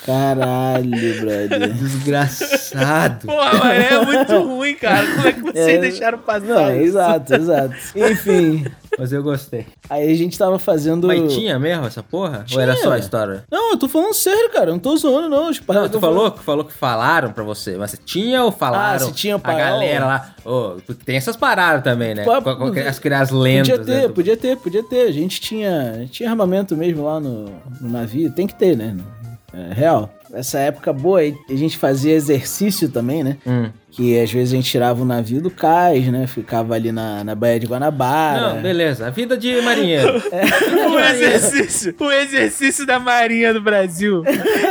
Caralho, brother.
Desgraçado!
Porra, mas é muito ruim, cara. Como é que vocês
É,
deixaram passar?
Não,
isso?
exato, exato. Enfim,
Mas eu gostei.
aí a gente tava fazendo...
Mas tinha mesmo essa porra? Ou era
Tinha.
só a história?
Não, eu tô falando sério, cara. Eu não tô zoando, não. Tipo,
Não,
eu
tu falou, que- falou que falaram pra você, mas tinha ou falaram?
Ah, se tinha,
a
pá,
galera lá. Ô, porque tem essas paradas também, né?
Pá,
Com- com- As criar as lendas.
Podia ter,
né, do-
podia ter, podia ter. A gente tinha, tinha armamento mesmo lá no, no navio. Tem que ter, né? É real. Essa época boa, aí a gente fazia exercício também, né?
Hum.
Que às vezes a gente tirava o navio do cais, né? Ficava ali na, na Baía de Guanabara.
Não, beleza. A vida de marinheiro.
O
é
exercício, o exercício da Marinha do Brasil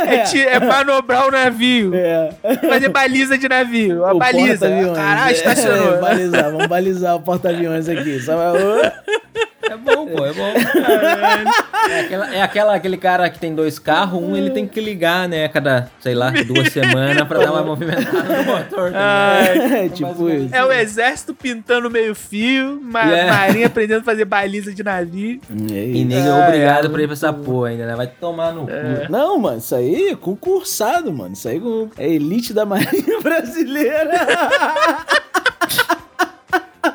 é, ti- é manobrar o navio.
É.
Fazer baliza de navio. A
O
baliza.
porta-aviões.
Caralho,
É,
estacionou.
balizar, vamos balizar o porta-aviões aqui. Só vai-
É bom, pô, é bom. É, aquela, é aquela- aquele cara que tem dois carros, um ele tem que ligar, né, a cada, sei lá, duas semanas pra dar uma movimentada no motor. Também.
É, tipo isso.
É o exército pintando meio fio, ma
Yeah.
marinha aprendendo a fazer baliza de navio.
É
E
isso.
nego é obrigado pra ir pra essa porra ainda, né? Vai tomar no cu.
Não, mano, isso aí é concursado, mano. Isso aí é com- é elite da Marinha Brasileira.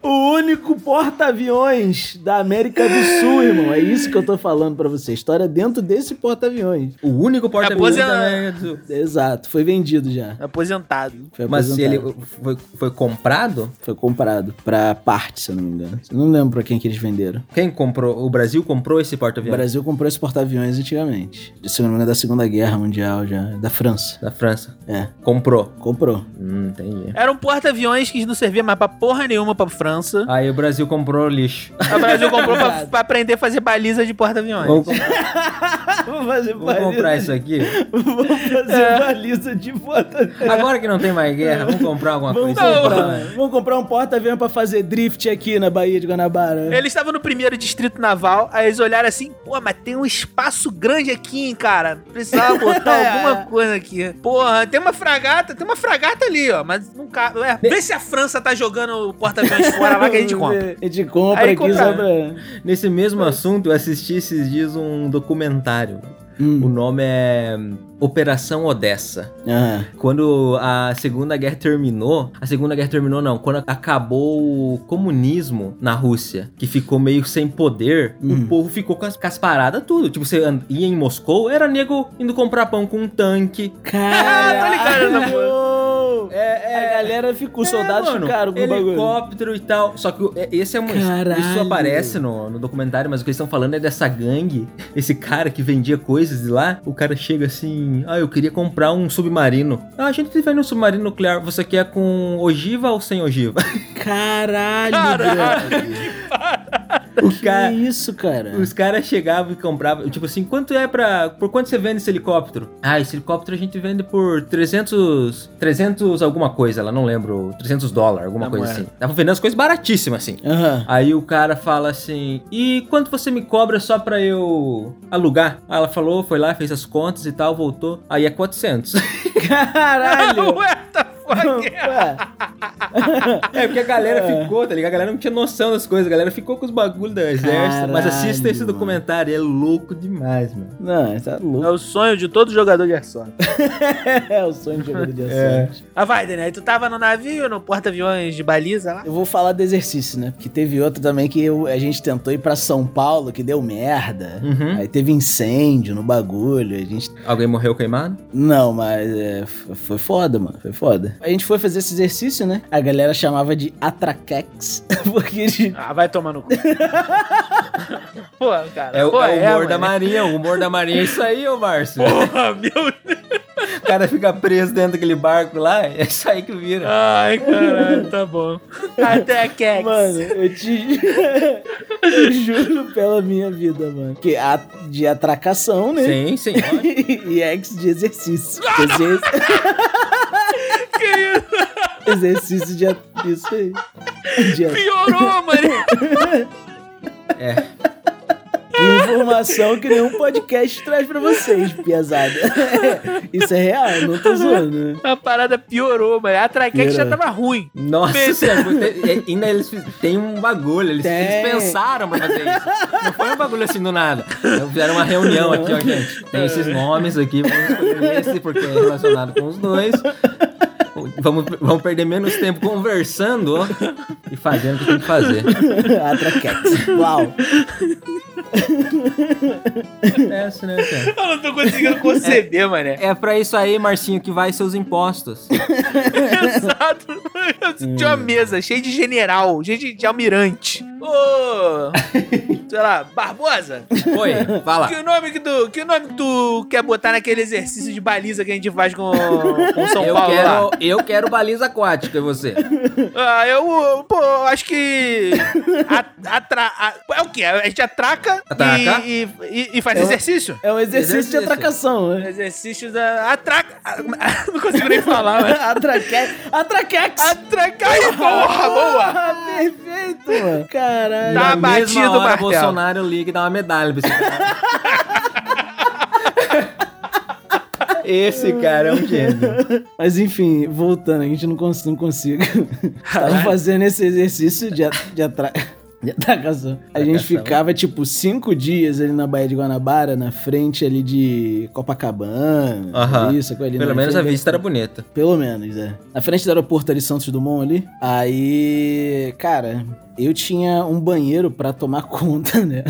O
o único porta-aviões da América do Sul, irmão. É isso que eu tô falando pra você. História dentro desse porta-aviões.
O único é porta-aviões
Aposenta-
da América do Sul.
Exato, foi vendido já.
Aposentado.
Foi
Mas se ele
aposentado.
foi, foi comprado?
Foi comprado pra parte, se eu não me engano. Eu não lembro pra quem que eles venderam.
Quem comprou? O Brasil comprou esse
O
porta-aviões
Brasil comprou esse porta-aviões antigamente. Se eu não me engano, é da Segunda Guerra Mundial já. é Da França.
da França.
É,
Comprou.
comprou.
Hum, entendi.
Era um porta-aviões que não servia mais pra porra nenhuma pra França.
Aí o Brasil comprou lixo.
O Brasil comprou pra, pra aprender a fazer baliza de porta-aviões.
Vamos, vamos
Vou fazer
comprar isso aqui.
Vou fazer
É.
baliza de porta-aviões.
Agora que não tem mais guerra, vamos comprar alguma
Vamos
coisa. né?
comprar, vamos comprar um porta-avião pra fazer drift aqui na Bahia de Guanabara.
Eles estavam no primeiro distrito naval, aí eles olharam assim, pô, mas tem um espaço grande aqui, hein, cara. Precisava botar alguma coisa aqui. Porra, tem uma fragata, tem uma fragata ali, ó, mas não cabe. É, vê se a França tá jogando o porta-aviões fora lá que a gente compra.
A gente compra
Aí
aqui só pra...
Nesse mesmo
É.
assunto, eu assisti esses dias um documentário. O
Hum.
nome é Operação Odessa.
Ah,
Quando a Segunda Guerra terminou, a Segunda Guerra terminou não, quando acabou o comunismo na Rússia, que ficou meio sem poder,
Uhum.
o povo ficou com as, com as paradas tudo. Tipo, você and- ia em Moscou, era nego indo comprar pão com um tanque.
Cara,
Ah, Tô ligado tá nessa
É, é, a galera ficou, os soldados
mano,
ficaram com o bagulho.
helicóptero e tal. Só que o- é- esse é um
Caralho.
isso aparece no, no documentário, mas o que eles estão falando é dessa gangue, esse cara que vendia coisas de lá, o cara chega assim, ah, eu queria comprar um submarino. Ah, a gente vende um submarino nuclear, você quer com ogiva ou sem ogiva?
Caralho,
Caralho,
brother.
O
Que
cara,
isso, cara?
Os caras chegavam e compravam, tipo assim, quanto é pra... Por quanto você vende esse helicóptero? Ah, esse helicóptero a gente vende por 300... 300 alguma coisa, lá não lembro. 300 dólares, alguma
Na
coisa
moeda.
assim. Tava vendendo as coisas baratíssimas, assim.
Aham.
Aí o cara fala assim: E quanto você me cobra só pra eu alugar? Aí ela falou, foi lá, fez as contas e tal, voltou. Aí é 400.
Caralho!
Ué, tá foda.
Ué,
é porque a galera
É.
ficou, tá ligado? A galera não tinha noção das coisas, a galera ficou com os bagulhos da exército. Mas assista esse
Caralho,
documentário, é louco demais, mano.
Não, tá
É
louco.
o sonho de todo jogador de airsoft.
É o sonho de jogador de
É.
assalto.
Ah, vai, Daniel, aí tu tava no navio, no porta-aviões de baliza lá?
Eu vou falar do exercício, né? Porque teve outro também que eu- a gente tentou ir pra São Paulo, que deu merda.
Uhum.
Hum?
Aí teve incêndio no bagulho, a gente
Alguém morreu queimado?
Não, mas é, f- foi foda, mano. Foi foda. A gente foi fazer esse exercício, né? A galera chamava de atraquex, porque tipo, a gente-
Ah, vai tomar no cu. Pô, cara.
É, o-
pô,
é o humor da
mano.
Marinha, o humor da Marinha é isso aí, ô Márcio.
Porra, meu
O cara fica preso dentro daquele barco lá, é isso aí que vira.
Ai, caralho, tá bom. Até Kex.
Mano, eu te. eu juro pela minha vida, mano. Que a de atracação, né?
Sim, sim. ó.
e ex de exercício. Exer-
Que isso?
exercício de. at- Isso aí. De at-
Piorou, mano.
É.
Informação que nenhum podcast traz pra vocês, piazada. Isso é real, não tô zoando. né?
A parada piorou, mano. A traquete já
Piorou.
tava ruim.
Nossa, Senhora, te- e- ainda eles fiz- tem um bagulho, eles,
Tem.
eles pensaram pra fazer isso. Não foi um bagulho assim do nada. Então, Fizeram uma reunião aqui, ó, gente. Tem esses nomes aqui, vamos escolher esse porque é relacionado com os dois. Vamos, vamos perder menos tempo conversando ó, e fazendo o que tem que fazer.
Atraquex. Uau.
É assim, né, cara?
Eu não tô conseguindo conceber, mané.
É pra isso aí, Marcinho, que vai seus impostos.
Exato. Eu senti uma mesa cheia de general, cheia de, de almirante. Ô, sei lá, Barbosa,
Oi, fala.
que nome que, tu, que nome que tu quer botar naquele exercício de baliza que a gente faz com, com São
Eu
Paulo lá?
quero, eu quero baliza aquática, e você?
Ah, eu, pô, eu acho que. a- atra- a- é o quê? A gente atraca,
Atraca.
E, e- e faz
Eu-
exercício?
É um exercício, de
Exercício.
atracação, né?
É, Exercício da. Atraca. ah, como- Não consigo nem falar, mas.
Atraquex. Atraquex.
Ah,
Atracar e porra, boa!
Ah, perfeito, mano. Caralho.
Tá
Na mesma
batido o
hora,
martelo.
Bolsonaro liga e dá uma medalha pra esse cara. esse cara é um gênio.
Mas enfim, voltando, a gente não, cons não consigo. Tava
Caralho.
fazendo esse exercício de, at- de, atra- de atracação. A gente ficava, tipo, cinco dias ali na Baía de Guanabara, na frente ali de Copacabana.
Aham.
Isso, aquilo ali.
Pelo
né?
menos a
Aquele-
vista era bonita.
Pelo menos, é. Na frente do aeroporto ali, Santos Dumont ali. Aí, cara, eu tinha um banheiro pra tomar conta, né?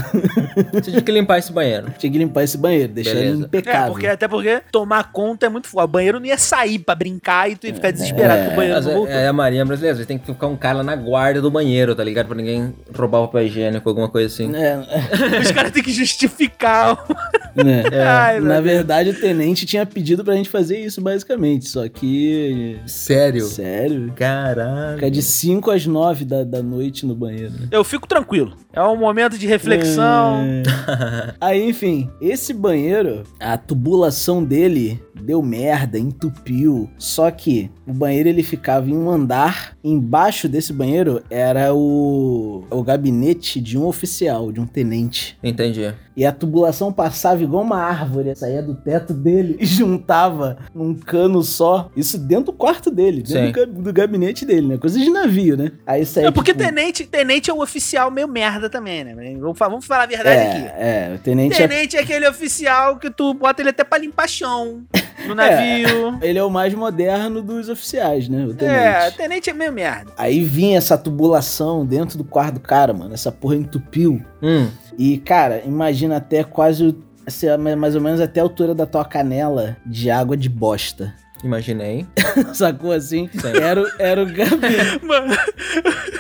Você tinha que limpar esse banheiro.
tinha que limpar esse banheiro, deixar ele
Beleza.
impecável.
É, porque, até porque tomar conta é muito foda. O banheiro não ia sair pra brincar e tu ia ficar desesperado que o banheiro
Mas
não
é,
voltou.
é a Marinha Brasileira, você tem que ficar um cara lá na guarda do banheiro, tá ligado? Pra ninguém roubar o papel higiênico, alguma coisa assim.
É,
Os caras têm que justificar.
né?
É,
Ai, meu
Na
Deus.
verdade, o tenente tinha pedido pra gente fazer isso, basicamente. Só que.
Sério?
Sério?
Caralho.
Ficar de 5 às 9 da, da noite no banheiro. né?
Eu fico tranquilo. É um momento de reflexão.
É. Aí, enfim, esse banheiro, a tubulação dele deu merda, entupiu. Só que o banheiro ele ficava em um andar. Embaixo desse banheiro era o, o gabinete de um oficial, de um tenente.
Entendi.
E a tubulação passava igual uma árvore, saía do teto dele e juntava num cano só. Isso dentro do quarto dele, dentro
Sim.
do, ga- do gabinete dele, né? Coisa de navio, né? Aí saía.
É porque
tipo,
tenente, tenente é o oficial meio merda também, né? Vamos, fa- vamos falar a verdade aqui.
é, é, o tenente, é-
Tenente é aquele oficial que tu bota ele até pra limpar chão no navio.
ele é o mais moderno dos oficiais, né? O
É,
tenente.
tenente é, meio merda.
Aí vinha essa tubulação dentro do quarto do cara, mano. Essa porra entupiu.
Hum,
E, cara, imagina até quase. o- assim, Mais ou menos até a altura da tua canela de água de bosta.
imaginei.
Sacou assim?
Sim.
Era, o- era o gabinete.
Mano,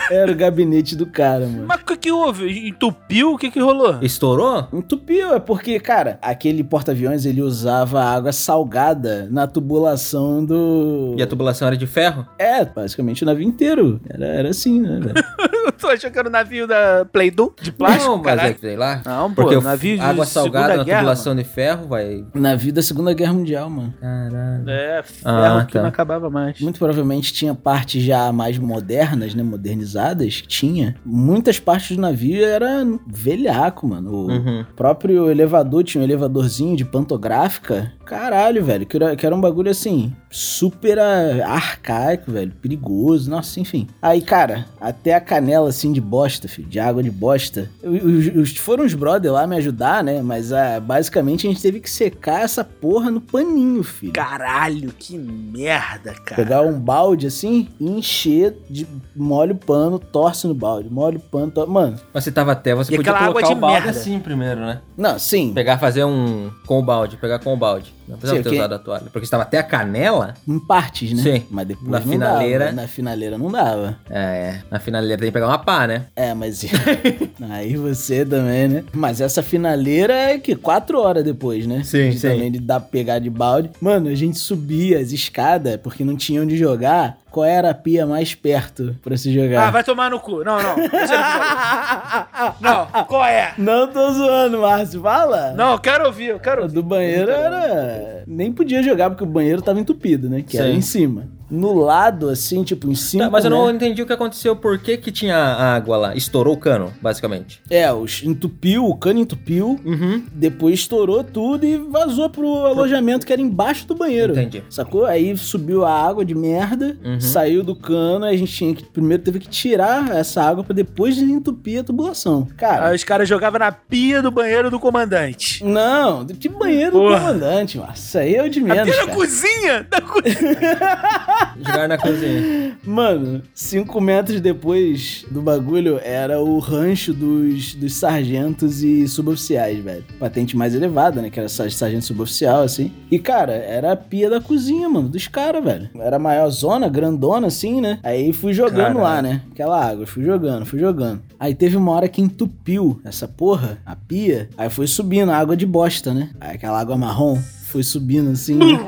Era o gabinete do cara, mano.
mas o que, que houve? Entupiu? O que, que rolou?
Estourou?
Entupiu, é porque, cara, aquele porta-aviões ele usava água salgada na tubulação do.
E a tubulação era de ferro?
É, basicamente o navio inteiro. Era, era assim, né, velho?
Eu tô achando que era o navio da Playdon de plástico,
não, mas
caralho.
é, sei lá.
Não, pô,
Porque o
navio de
água salgada
Segunda
na
Guerra,
tubulação de ferro vai.
navio da Segunda Guerra Mundial, mano.
Caralho.
mano. É, ferro
Ah,
que
tá.
não acabava mais.
Muito provavelmente tinha partes já mais modernas, né? Modernizadas. Tinha. Muitas partes do navio era velhaco, mano. O-
Uhum.
O próprio elevador tinha um elevadorzinho de pantográfica. Caralho, velho. Que era, que era um bagulho assim, super ah, arcaico, velho. Perigoso. Nossa, enfim. Aí, cara, até a canela assim de bosta, filho. De água de bosta. Eu- Os, os- foram os brother lá me ajudar, né? Mas ah, basicamente a gente teve que secar essa porra no paninho, filho.
Caralho, que merda, cara.
Pegar um balde assim e encher de molho pano, torce no balde, molho pano, torce. Mano,
Mas se tava até, você
E
podia
aquela água
colocar
de
o balde
merda.
assim primeiro, né?
não, sim,
Pegar, fazer um. com o balde, pegar com o balde. Não precisava
Sim,
ter
ok.
usado a toalha. Porque estava até a canela.
em partes, né?
Sim.
Mas depois
Na
não
finaleira.
dava, né? na finaleira não dava.
É, na finaleira tem que pegar uma pá, né?
É, mas aí você também, né? Mas essa finaleira é que quatro horas depois, né?
Sim,
de
sim.
Também de dar pegar de balde. Mano, a gente subia as escadas porque não tinha onde jogar. Qual era a pia mais perto pra se
Ah,
jogar?
vai tomar no cu. Não, não.
Ah,
não, qual é?
Não tô zoando, Márcio. Fala.
Não, eu quero ouvir, eu quero
O
ouvir.
Do banheiro era. Nem podia jogar porque o banheiro tava entupido, né? Que era
Sim.
em cima. No lado, assim, tipo, em cima.
Tá, mas eu
né?
não entendi o que aconteceu, por que que tinha a água lá? Estourou o cano, basicamente.
É, os entupiu, o cano entupiu.
Uhum.
Depois estourou tudo e vazou pro alojamento que era embaixo do banheiro.
Entendi.
Sacou? Aí subiu a água de merda,
Uhum.
saiu do cano, aí a gente tinha que. Primeiro teve que tirar essa água pra depois entupir a tubulação. Cara.
Aí os caras jogavam na pia do banheiro do comandante.
Não, de banheiro do
Porra.
comandante, mano. Isso aí é o de
A
menos.
pia da
Cara.
cozinha? Da cozinha.
Jogar na cozinha.
Mano, cinco metros depois do bagulho era o rancho dos, dos sargentos e suboficiais, velho. Patente mais elevada, né? Que era sar- sargento suboficial, assim. E, cara, era a pia da cozinha, mano, dos caras, velho. Era a maior zona, grandona, assim, né? Aí fui jogando
Caralho.
lá, né? Aquela água, fui jogando, fui jogando. Aí teve uma hora que entupiu essa porra, a pia. Aí foi subindo a água de bosta, né? Aí aquela água marrom foi subindo assim. né?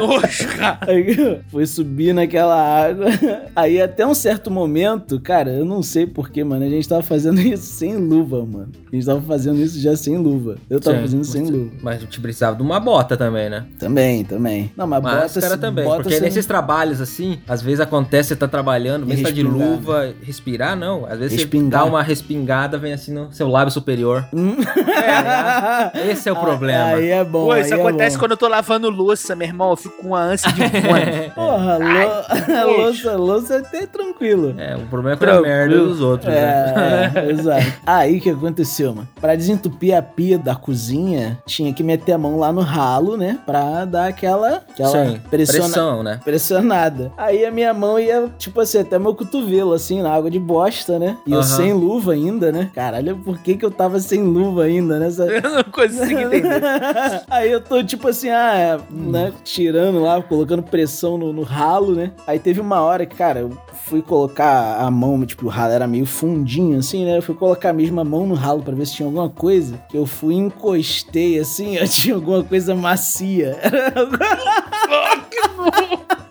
Nojo, cara.
Aí foi subir naquela água. Aí até um certo momento, cara, eu não sei porquê, mano. A gente tava fazendo isso sem luva, mano. A gente tava fazendo isso já sem luva. Eu tava
Sim,
fazendo sem
mas-
luva.
Mas a gente precisava de uma bota também, né?
Também, também. Não, mas, bota
Máscara
se-
também.
bota
Porque
sem-
nesses trabalhos assim, às vezes acontece, você tá trabalhando,
E
mesmo tá de
respirar,
luva, respirar não. Às vezes
Respingar.
você dá uma respingada, vem assim no seu lábio superior. Esse é o problema.
Aí é bom.
Pô, isso
aí é
acontece
bom.
quando eu tô lavando louça, meu irmão. Eu fico com uma ânsia de fome.
Porra,
Ai,
lou- louça, louça é até tranquilo.
É, o problema é com a merda dos outros, né?
É, é, exato. Aí o que aconteceu, mano? Pra desentupir a pia da cozinha, tinha que meter a mão lá no ralo, né? Pra dar aquela, aquela
Sim,
pressiona-
pressão, né?
pressionada. Aí a minha mão ia, tipo assim, até meu cotovelo, assim, na água de bosta, né? E eu
Aham.
sem luva ainda, né? Caralho, por que que eu tava sem luva ainda nessa...
Eu não consigo entender.
Aí eu tô tipo assim, ah, é, né, tirando lá, colocando pressão no, no ralo, né? Aí teve uma hora que, cara, eu fui colocar a mão, tipo, o ralo era meio fundinho, assim, né? Eu fui colocar mesmo a mão no ralo pra ver se tinha alguma coisa. Que eu fui e encostei, assim, eu tinha alguma coisa macia.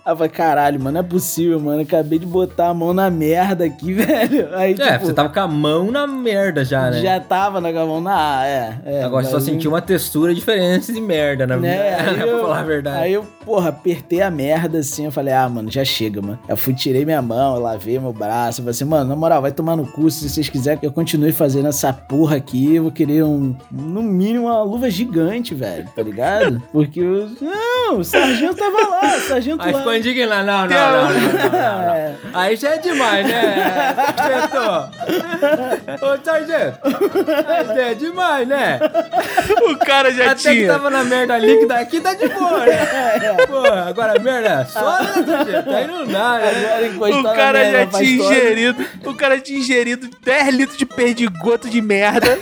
Aí eu falei, caralho, mano, não é possível, mano. Eu acabei de botar a mão na merda aqui, velho. Aí,
É,
tipo,
você tava com a mão na merda já, né?
já tava na mão na... É, é.
Agora tá só
mas-
sentiu uma textura diferente de merda na
Né, aí
pra
eu-
falar a verdade.
Aí eu, porra, apertei a merda assim. Eu falei, ah, mano, já chega, mano. Eu fui, tirei minha mão, eu lavei meu braço. Eu falei assim, mano, na moral, vai tomar no cu se vocês quiserem que eu continue fazendo essa porra aqui. Eu vou querer um, no mínimo, uma luva gigante, velho, tá ligado? Porque eu. Não, o sargento tava lá, o sargento
Aí
lá.
ficou indignado. Não, não, não, não, não, não, não.
É.
Aí já é demais, né? Sargento! Ô, sargento! Aí já é demais, né?
o cara já
Até que
tinha.
tava na merda líquida aqui, tá de boa,
é,
né? Pô, agora merda só, né, sargento? Aí não dá, né?
Agora encostou
O
na
cara
merda,
já
faz
tinha
tosse.
ingerido. O cara tinha ingerido 10 litros de perdigoto de merda.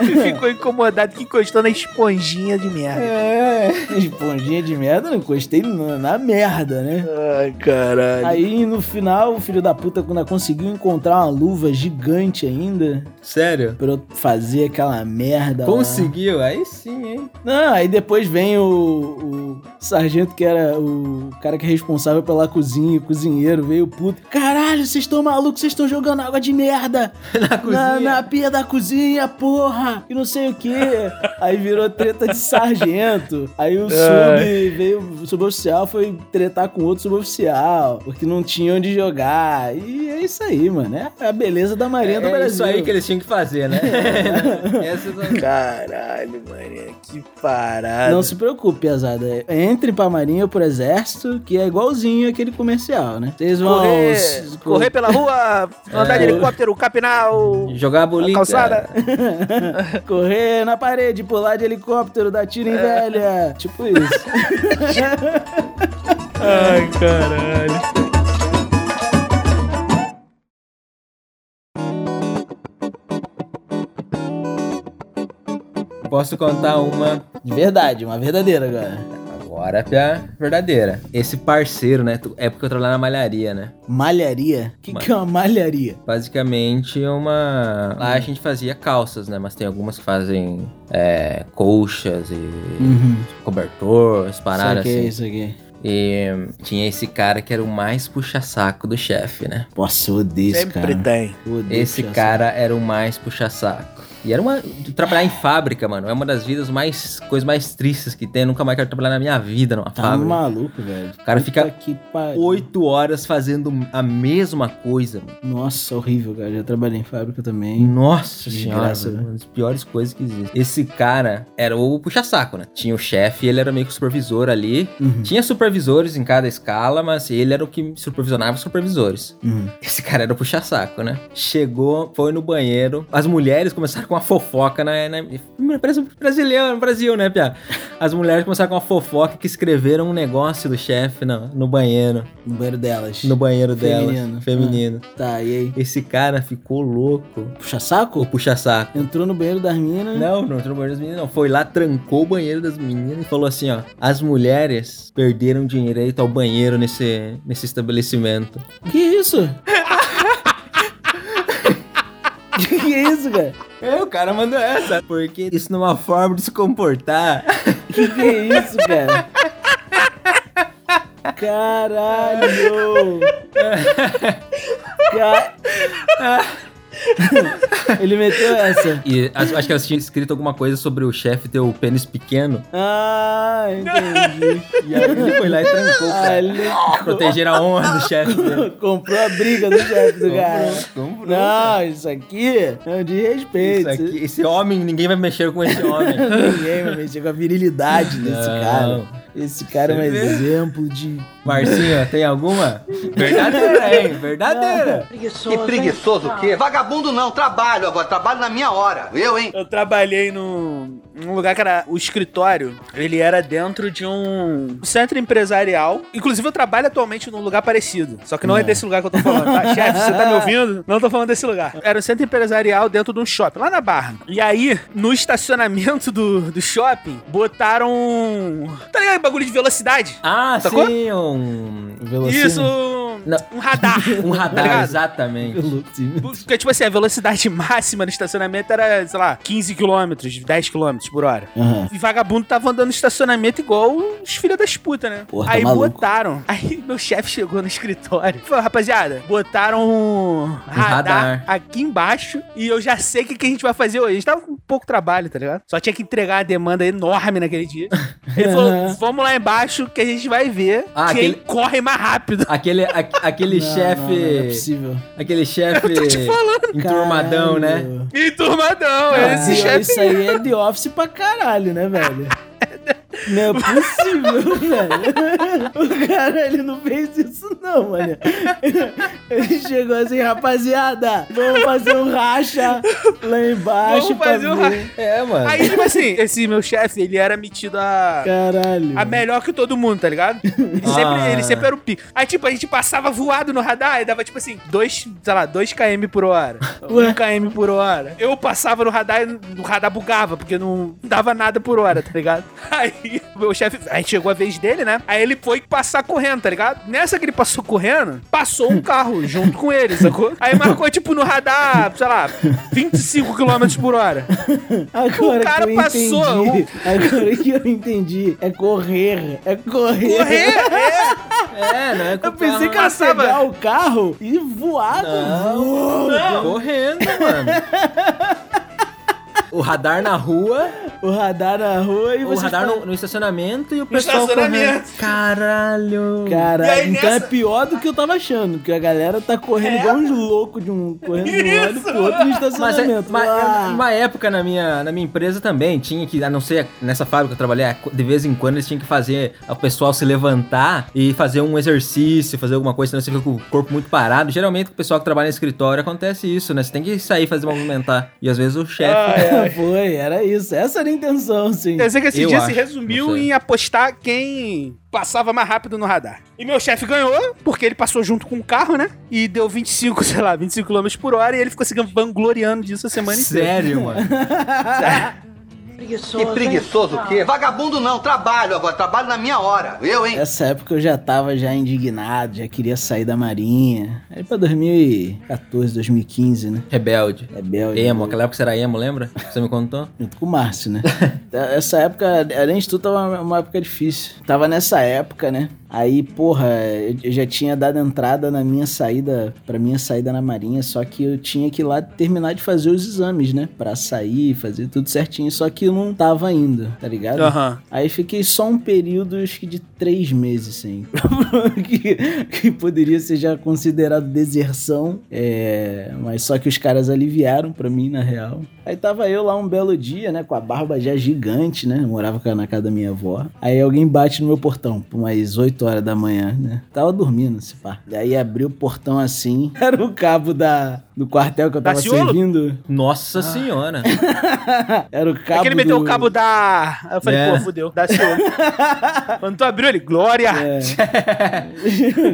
e ficou incomodado que encostou na esponjinha de merda.
É, esponjinha de merda, não encostei na, na merda, né?
Ai, caralho.
Aí no final, o filho da puta, quando conseguiu encontrar uma luva gigante ainda,
Sério?
pra eu fazer aquela merda. lá.
Tá. Conseguiu? Aí sim, hein?
Não, aí depois vem o, o sargento que era o cara que é responsável pela cozinha, o cozinheiro, veio puto. Caralho, vocês estão malucos, vocês estão jogando água de merda
Na
na,
cozinha.
na pia da cozinha, porra! E não sei o quê. Aí virou treta de sargento. Aí
É.
o sub veio, o suboficial foi tretar com outro suboficial, porque não tinha onde jogar. E é isso aí, mano. É a beleza da Marinha do
É
Brasil.
isso aí que eles tinham que fazer, né? Essa tá-
Caralho, mano. Que parada.
Não se preocupe, pesada. Entre pra Marinha ou pro Exército, que é igualzinho aquele comercial, né? Vocês vão.
correr,
s-
correr pela rua, andar de helicóptero, capinar o...
Jogar a
A
bolinha.
calçada.
correr na parede, pular de helicóptero, dar tiro
É.
em velha. Tipo isso.
Ai, caralho.
Posso contar uma
De verdade, uma verdadeira agora.
agora é a verdadeira. Esse parceiro, né? tu- É porque eu trabalho na malharia, né?
Malharia? O que, que é uma malharia?
Basicamente é uma. Lá a gente fazia calças, né? Mas tem algumas que fazem é, colchas e
Uhum.
cobertor, as paradas
isso aqui,
assim.
isso aqui.
E hum, tinha esse cara que era o mais puxa-saco do chefe, né?
Nossa, eu odeio esse
Sempre
cara.
tem.
Eu odeio
Esse
essa-
cara era o mais puxa-saco. E era uma. Trabalhar em fábrica, mano, é uma das vidas mais. coisas mais tristes que tem. Eu nunca mais quero trabalhar na minha vida numa
Tá
fábrica.
maluco, velho. O
cara fica
Que pariu.
Oito horas fazendo a mesma coisa, mano.
Nossa, horrível, cara. Já trabalhei em fábrica também.
Nossa senhora,
Desgraça,
mano, uma das piores coisas que existem. Esse cara era o puxa-saco, né? Tinha o chefe, ele era meio que o supervisor ali.
Uhum.
Tinha supervisores em cada escala, mas ele era o que supervisionava os supervisores.
Uhum.
Esse cara era o puxa-saco, né? Chegou, foi no banheiro. As mulheres começaram com uma fofoca né? na. na parece brasileiro, no Brasil, né, Pia? As mulheres começaram com uma fofoca que escreveram um negócio do chefe no, no banheiro.
No banheiro delas.
No banheiro dela.
Feminino.
Feminino.
Tá, e aí?
Esse cara ficou louco.
Puxa
O
saco?
puxa-saco.
Entrou no banheiro das minas.
Não, não entrou no banheiro das meninas, não. Foi lá, trancou o banheiro das meninas e falou assim, ó. As mulheres perderam direito ao banheiro nesse, nesse estabelecimento.
Que isso? que que é isso, cara?
É, o cara mandou essa. Porque isso não é uma forma de se comportar.
Que que é isso, cara? Caralho! Ca- Ele meteu essa.
E acho, acho que elas tinham escrito alguma coisa sobre o chefe ter o pênis pequeno.
Ah, entendi.
E aí ele foi lá e trancou,
Ah,
cara.
ele
Proteger a honra do chefe dele.
comprou a briga do chefe do cara.
Comprou,
Não, isso aqui é um
Isso
desrespeito.
aqui, esse homem, ninguém vai mexer com esse homem.
Ninguém vai mexer com a virilidade desse
Não.
cara. Esse cara é um
Você vê?
exemplo de.
Marcinho, tem alguma? Verdadeira, hein? Verdadeira.
Que preguiçoso o quê? Vagabundo não, trabalho agora, trabalho na minha hora. Eu, hein?
Eu trabalhei num, num lugar que era o escritório. Ele era dentro de um centro empresarial. Inclusive, eu trabalho atualmente num lugar parecido. Só que não é
É.
desse lugar que eu tô falando, tá? Chefe, você tá me ouvindo? Não tô falando desse lugar. Era um centro empresarial dentro de um shopping, lá na Barra. E aí, no estacionamento do, do shopping, botaram. um- Tá ligado? Bagulho de velocidade?
Ah,
Sacou?
sim, um...
Velocino.
Isso! um-
Não.
Um radar.
Um
Tá
radar,
ligado?
exatamente.
Velocino.
Porque, tipo assim, a velocidade máxima no estacionamento era, sei lá, 15 km, 10 km por hora.
Aham.
E vagabundo tava andando no estacionamento igual os filhos das putas, né?
Porra, tá
aí
maluco.
botaram. Aí meu chefe chegou no escritório. e Falou, rapaziada, botaram um radar,
radar.
aqui embaixo e eu já sei o que, que a gente vai fazer hoje. A gente tava com pouco trabalho, tá ligado? Só tinha que entregar uma demanda enorme naquele dia. Ele falou, vamos lá embaixo que a gente vai ver
Ah,
quem
aquele-
corre mais rápido.
Aquele, a- aquele
Não,
chefe...
Não, não é possível.
aquele chefe...
Eu tô te falando.
Enturmadão, né?
Caralho.
E turmadão,
Ah,
esse
isso
chefe
aí é The Office pra caralho, né, velho? Não é possível, velho. O cara, ele não fez isso, não, mano. Ele chegou assim, rapaziada, vamos fazer um racha lá embaixo.
Vamos
pra
fazer um
ver."
racha.
É, mano.
Aí, tipo assim, esse meu chefe, ele era metido a.
Caralho.
A melhor que todo mundo, tá ligado? Ele,
Ah.
sempre, ele sempre era o pico. Aí, tipo, a gente passava voado no radar e dava, tipo assim, dois, sei lá, 2 km por hora. 1 km por hora. Eu passava no radar e o radar bugava, porque não dava nada por hora, tá ligado? Aí, o meu chefe, aí chegou a vez dele, né? Aí ele foi passar correndo, tá ligado? Nessa que ele passou correndo, passou um carro junto com ele, sacou? Aí marcou, tipo, no radar, sei lá, 25 km por hora.
Agora
o cara
que eu
passou, um-
entendi. Agora que eu entendi. É correr. É correr.
Correr!
É, não é com
Eu pensei que
carro.
era
Passava.
pegar o carro e voar no
Não,
voo.
não. Correndo, mano. O radar na rua,
O radar na rua e
o
você.
radar
fala,
no, no estacionamento e o pessoal
estacionamento.
correndo. Caralho.
E
Caralho,
aí,
então
nessa- É?
é pior do que eu tava achando, porque a galera tá correndo igual uns loucos de um correndo de um lado pro outro no
Mas é,
estacionamento.
mas
Ah,
eu- uma época na minha, na minha empresa também tinha que, a não ser nessa fábrica que eu trabalhei, é, de vez em quando eles tinham que fazer o pessoal se levantar e fazer um exercício, fazer alguma coisa, senão você fica com o corpo muito parado. Geralmente com o pessoal que trabalha em escritório acontece isso, né? Você tem que sair fazer movimentar. E às vezes o chefe.
é, Foi, era isso. Essa era a intenção, sim.
Quer dizer que esse
Eu
dia
acho,
se
não
resumiu
sei.
em apostar quem passava mais rápido no radar. E meu chefe ganhou, porque ele passou junto com o carro, né? E deu 25, sei lá, 25 km por hora e ele ficou se vangloriando disso a semana inteira.
é Sério, mano.
Que preguiçoso o quê? Vagabundo não, trabalho agora, trabalho na minha hora. Eu, hein?
Nessa época eu já tava já indignado, já queria sair da marinha. Aí pra 2014, 2015, né?
Rebelde.
Rebelde.
Emo, aquela época você era emo, lembra? Você me contou?
Junto com o Márcio, né? Essa época, além de tudo, tava uma época difícil. Tava nessa época, né? Aí, porra, eu eu já tinha dado entrada na minha saída, pra minha saída na Marinha, só que eu tinha que ir lá terminar de fazer os exames, né? Pra sair, fazer tudo certinho, só que eu não tava indo, tá ligado?
Aham.
Aí fiquei só um período, acho que de três meses, assim. que, que poderia ser já considerado deserção. É, mas só que os caras aliviaram pra mim, na real. Aí tava eu lá um belo dia, né? Com a barba já gigante, né? Morava com- na casa da minha avó. Aí alguém bate no meu portão, por umas 8 horas da manhã, né? Tava dormindo, se pá. Daí abri o portão assim. Era o cabo da, do quartel que eu tava
Daciolo?
servindo.
Nossa senhora.
Era o
É
cabo.
que ele meteu
do-
o cabo da. Aí Eu falei,
É.
pô, fudeu, dá seu. Quando tu abriu ele, glória!
É.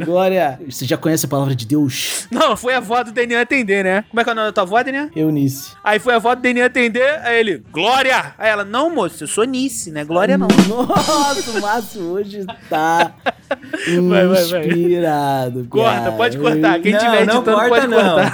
Glória, você já conhece a palavra de Deus?
Não, foi a avó do Denian atender, né? Como é que é o nome da tua avó, Denian?
Eunice.
Aí foi a avó do Denian atender, aí ele, Glória! Aí ela, não, moço, eu sou Nice, né? Glória não.
Nossa, o Márcio hoje tá
Vai, vai, vai.
inspirado.
Corta,
cara.
pode cortar. Quem
não,
tiver editando
não corta,
pode
não.
cortar.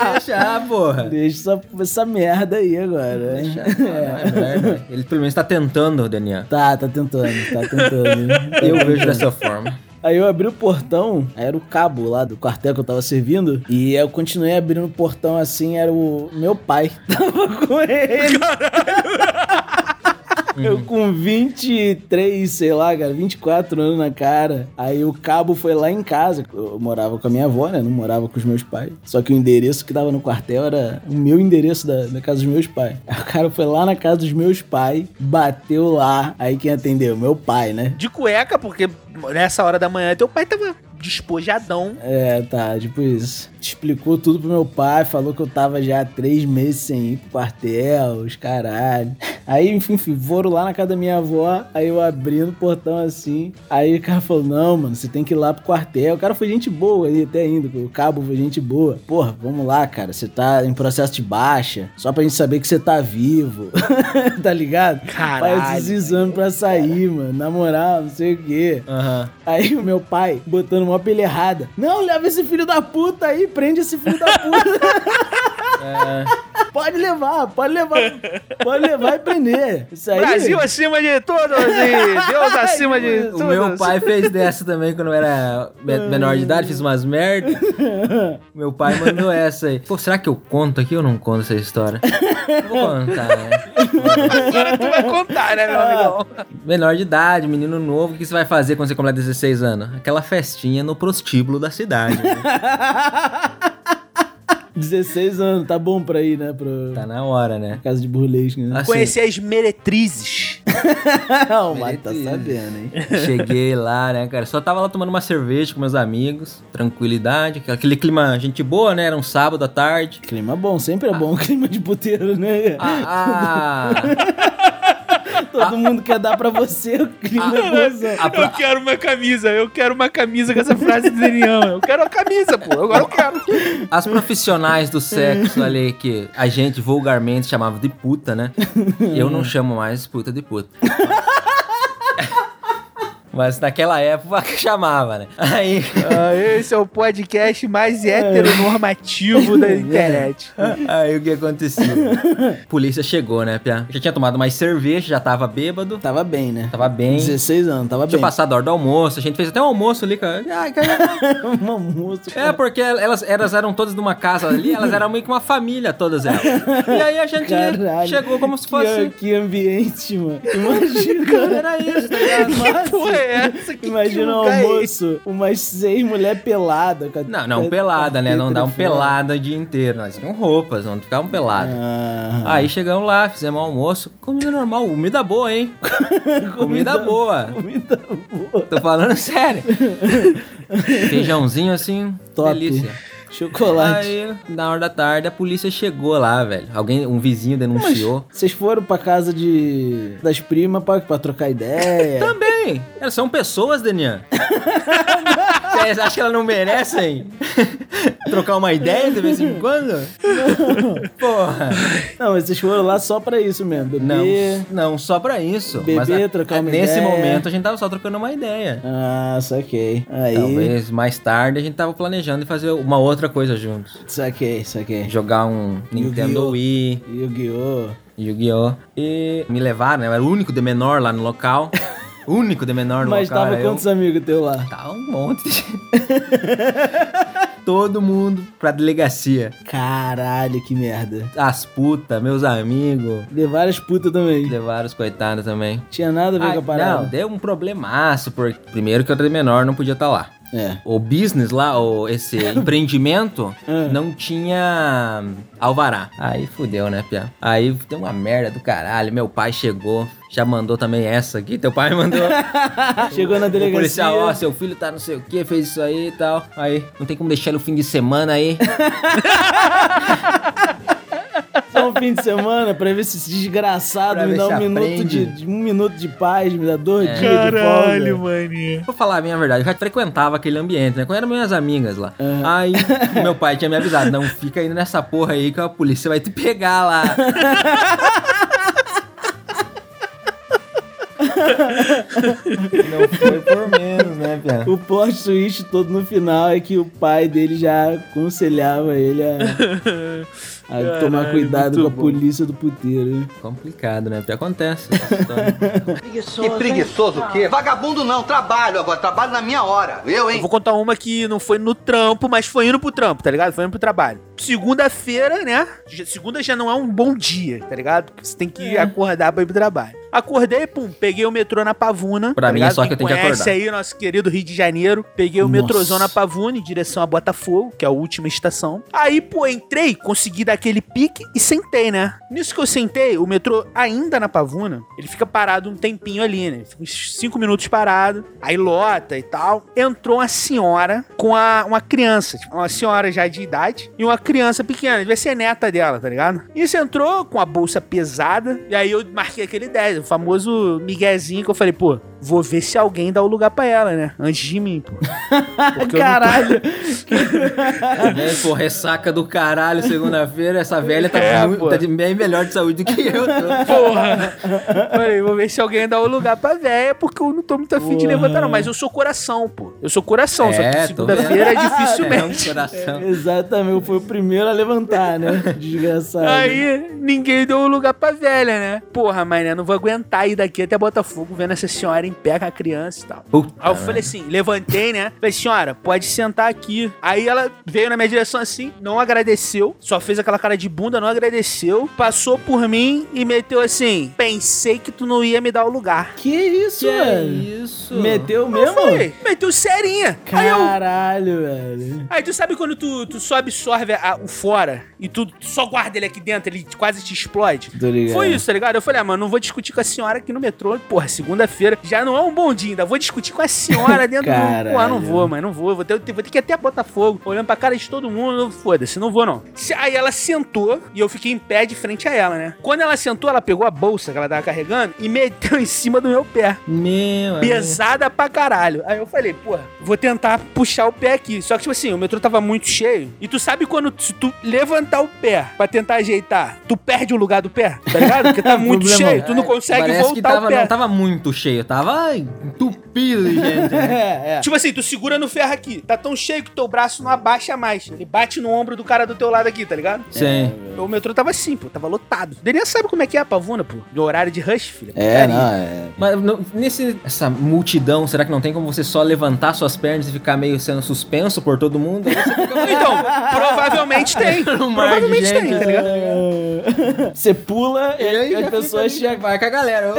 Deixa, porra.
Deixa essa, essa merda aí agora. né?
Deixa, cara, é merda. Ele pelo menos tá tentando, Daniel.
Tá, tá tentando, tá tentando. Tá
Eu
tentando.
vejo dessa forma.
Aí eu abri o portão, aí era o cabo lá do quartel que eu tava servindo, e eu continuei abrindo o portão assim, era o meu pai. Tava com ele. Eu com 23, sei lá, cara, 24 anos na cara. Aí o cabo foi lá em casa. Eu morava com a minha avó, né? Não morava com os meus pais. Só que o endereço que dava no quartel era o meu endereço da, da casa dos meus pais. Aí o cara foi lá na casa dos meus pais, bateu lá. Aí quem atendeu? Meu pai, né?
De cueca, porque nessa hora da manhã teu pai tava despojadão.
É, tá, tipo isso. Explicou tudo pro meu pai, falou que eu tava já há três meses sem ir pro quartel, os caralho. Aí, enfim, enfim, foram lá na casa da minha avó, aí eu abrindo o portão assim. Aí o cara falou: Não, mano, você tem que ir lá pro quartel. O cara foi gente boa aí até indo, o cabo foi gente boa. Porra, vamos lá, cara, você tá em processo de baixa, só pra gente saber que você tá vivo, tá ligado?
Caralho,
Faz esses exames pra sair, mano, na moral, não sei o quê.
Aham.
Aí o meu pai botando uma pilha errada. Não, leva esse filho da puta aí, prende esse filho da puta.
É.
pode levar, pode levar. Pode levar e prender. Isso aí.
Brasil acima de todos e Deus acima de todos.
O meu pai fez dessa também quando eu era me- menor de idade, fiz umas merdas. Meu pai mandou essa aí. Pô, será que eu conto aqui ou não conto essa história? Vou contar, né?
Agora tu vai contar, né, meu
Ah,
amigão?
Menor de idade, menino novo, o que você vai fazer quando você completar 16 anos? Aquela festinha no prostíbulo da cidade. né?
16 anos, tá bom pra ir, né? Pro
Tá na hora, né?
casa de burlesque, né?
Assim,
Conhecer as meretrizes.
Não, mas tá
Meretriz.
sabendo, hein?
Cheguei lá, né, cara? Só tava lá tomando uma cerveja com meus amigos, tranquilidade, aquele clima, gente boa, né? Era um sábado à tarde.
Clima bom, sempre é bom clima de puteiro, né?
Ah, ah,
Todo mundo quer dar pra você o clima
Ah, né?
é bonzão.
Eu quero uma camisa, eu quero uma camisa com essa frase do Daniel. Eu quero uma camisa, pô. Agora eu quero.
As profissionais do sexo ali, que a gente vulgarmente chamava de puta, né? Eu não chamo mais puta de puta. Mas naquela época chamava, né? Aí.
Ah, esse é o podcast mais
É.
heteronormativo da internet.
Aí o que aconteceu? Polícia chegou, né, Pia? Já tinha tomado mais cerveja, já tava bêbado,
Tava bem, né?
tava bem.
16 anos, tava
Tinha
bem.
passado a hora do almoço, a gente fez até um almoço ali, cara. Ai, cara.
Uma moça.
É, porque elas, elas eram todas numa casa ali, elas eram meio que uma família, todas elas. E aí a gente
Caralho.
chegou como se
Que-
fosse.
Que, ambiente, mano. Imagina.
Era isso, tá ligado?
Nossa,
Porra, é essa? Que
Imagina um
lugar é esse?
almoço, umas seis mulher pelada. com a-
Não,
com
não
a-
pelada, né? Não dá um
petrificada.
pelada o dia inteiro. Nós tínhamos roupas, não ficávamos pelados.
Ah,
Aí chegamos lá, fizemos almoço. Comida normal, comida boa, hein? comida boa.
comida boa.
Tô falando sério. Feijãozinho assim,
Top.
delícia.
Chocolate.
Aí, na hora da tarde, a polícia chegou lá, velho. Alguém, um vizinho denunciou.
Vocês foram pra casa de das primas pra, pra trocar ideia.
Também! Elas são pessoas, Denian. Vocês acham que elas não merecem trocar uma ideia de vez em quando? Porra!
não, mas vocês foram lá só pra isso mesmo. Beber.
Não, não só pra isso.
Beber, trocar uma
Nesse
ideia.
momento a gente tava só trocando uma ideia.
Ah, saquei. Aí.
Talvez mais tarde a gente tava planejando de fazer uma outra coisa juntos.
Saquei, saquei.
Jogar um Nintendo
Yu-Gi-Oh!
Wii,
Yu-Gi-Oh!
Yu-Gi-Oh! E me levaram, né? Eu era o único de menor lá no local. único de menor no
Mas
local.
tava
era eu.
quantos amigos teu lá?
Tá um monte. de gente. Todo mundo pra delegacia.
Caralho, que merda.
As putas, meus amigos.
Levaram as putas também.
Levaram os coitados também.
Tinha nada a ver
Ai,
com a
não,
parada.
deu um problemaço, porque primeiro que eu era menor, não podia estar lá.
É.
O business lá, o, esse empreendimento,
Ah.
não tinha alvará. Aí fudeu, né, Pia? Aí deu uma merda do caralho. Meu pai chegou, já mandou também essa aqui. Teu pai mandou.
É. Chegou na
O
delegacia.
policial, ó, seu filho tá não sei o que, fez isso aí e tal. Aí, não tem como deixar ele o fim de semana aí.
Só um fim de semana pra ver se esse desgraçado
Pra
me
ver
dá
se
um minuto
aprende. É.
de, de- um minuto de paz, me dá dois dias de folga.
maninho.
Vou falar a minha verdade, eu já frequentava aquele ambiente, né? Quando eram minhas amigas lá.
Uhum.
Aí, meu pai tinha me avisado, não fica indo nessa porra aí que a polícia vai te pegar lá. não foi por menos, né, Pia?
O plot twist todo no final é que o pai dele já aconselhava ele a, Aí tomar
Caralho,
cuidado
muito
com a
bom.
polícia do puteiro. né?
Complicado, né? Então, Porque acontece. essa história.
Que preguiçoso o quê? Vagabundo não, trabalho agora, trabalho na minha hora. Eu,
Eu
hein?
vou contar uma que não foi no trampo, mas foi indo pro trampo, tá ligado? Foi indo pro trabalho. Segunda-feira, né? Já- Segunda já não é um bom dia, tá ligado? Porque você tem que acordar pra ir pro trabalho. Acordei, pum, peguei o metrô na Pavuna.
Pra
tá
mim é
ligado?
só
Quem
que eu tenho que
conhece
acordar.
aí, o nosso querido Rio de Janeiro. Peguei o
Nossa.
metrôzão na Pavuna em direção a Botafogo, que é a última estação. Aí, pô, entrei, consegui dar aquele pique e sentei, né? Nisso que eu sentei, o metrô ainda na Pavuna, ele fica parado um tempinho ali, né? Ele Fica uns 5 minutos parado, aí lota e tal. Entrou uma senhora com a- uma criança, tipo, uma senhora já de idade e uma criança pequena, devia ser neta dela, tá ligado? Isso entrou com a bolsa pesada, e aí eu marquei aquele 10, o famoso miguezinho que eu falei, pô, vou ver se alguém dá o lugar pra ela, né? Antes de mim, pô. Porque eu não tô-
Caralho!
Vem, né, pô, ressaca do caralho segunda-feira. Essa velha tá,
É,
muito,
pô.
tá de bem melhor de saúde do que eu. tô.
Porra! Falei, vou ver se alguém dá o lugar pra véia, porque eu não tô muito afim de
Porra.
levantar, não. Mas eu sou coração, pô. Eu sou coração, só que
É, tô vendo.
segunda-feira
É,
é
um
dificilmente.
coração.
Exatamente, foi o primeiro a levantar, né?
É,
Desgraçado.
Aí ninguém deu o lugar pra velha, né? Porra, mas né, não vou aguentar ir daqui até Botafogo vendo essa senhora em pé com a criança e tal.
Puta
Aí eu
merda.
falei assim, levantei, né? Falei, senhora, pode sentar aqui. Aí ela veio na minha direção assim, não agradeceu, só fez aquela cara de bunda, não agradeceu, passou por mim e meteu assim: pensei que tu não ia me dar o lugar.
Que isso,
Que é
velho?
isso?
Meteu
Eu
mesmo?
falei, meteu serinha. Aí eu.
Caralho, velho.
Aí tu sabe quando tu, tu só absorve a- o fora e tu só guarda ele aqui dentro, ele quase te explode?
Tô ligado.
Foi isso, tá ligado? Eu falei, ah, mano, não vou discutir com a senhora aqui no metrô. Porra, segunda-feira já não é um bom dia ainda. Vou discutir com a senhora dentro do. Porra, não
Caralho.
vou, mas não vou. Vou ter, vou ter que ir até Botafogo, olhando pra cara de todo mundo. Foda-se, não vou não. Se- Aí ela sentou e eu fiquei em pé de frente a ela, né? Quando ela sentou, ela pegou a bolsa que ela tava carregando e meteu em cima do meu pé.
Meu é. amigo.
Pesada pra caralho. Aí eu falei, porra, vou tentar puxar o pé aqui. Só que, tipo assim, o metrô tava muito cheio. E tu sabe quando tu, se tu levantar o pé pra tentar ajeitar, tu perde o lugar do pé, tá ligado? Porque
É
tá muito
Problemão.
cheio, tu não consegue
um Parece
voltar
que tava,
o pé.
não tava muito cheio, tava entupido de gente. né?
É, é.
Tipo assim, tu segura no ferro aqui, tá tão cheio que teu braço não abaixa mais. Ele bate no ombro do cara do teu lado aqui, tá ligado?
Sim.
O metrô tava assim, pô, tava lotado. O Daniel sabe como é que é a pavuna, pô. No horário de rush, filha.
É, não, é.
Mas não- nesse essa multidão, será que não tem como você só levantar suas pernas e ficar meio sendo suspenso por todo mundo?
Então, provavelmente tem.
Não
provavelmente
marca,
tem,
gente.
tá ligado?
Você pula É. e, as pessoas chegam.
vai com a galera.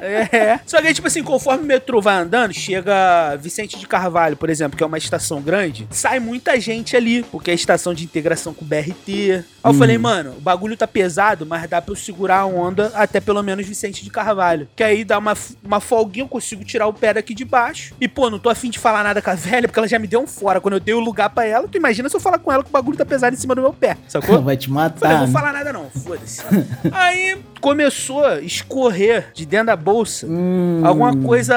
É. Só que, aí, tipo assim, conforme o metrô vai andando, chega Vicente de Carvalho, por exemplo, que é uma estação grande, sai muita gente ali, porque é a estação de integração com o BRT. Aí eu falei, mano, o bagulho tá pesado, mas dá pra eu segurar a onda até pelo menos Vicente de Carvalho. Que aí dá uma, uma folguinha, eu consigo tirar o pé daqui de baixo. E, pô, não tô afim de falar nada com a velha, porque ela já me deu um fora. Quando eu dei o lugar pra ela, tu imagina se eu falar com ela que o bagulho tá pesado em cima do meu pé, sacou?
Vai te
Falei,
matar.
não
né?
vou falar nada não, foda-se. Aí começou a escorrer de dentro da bolsa
Hum,
alguma coisa,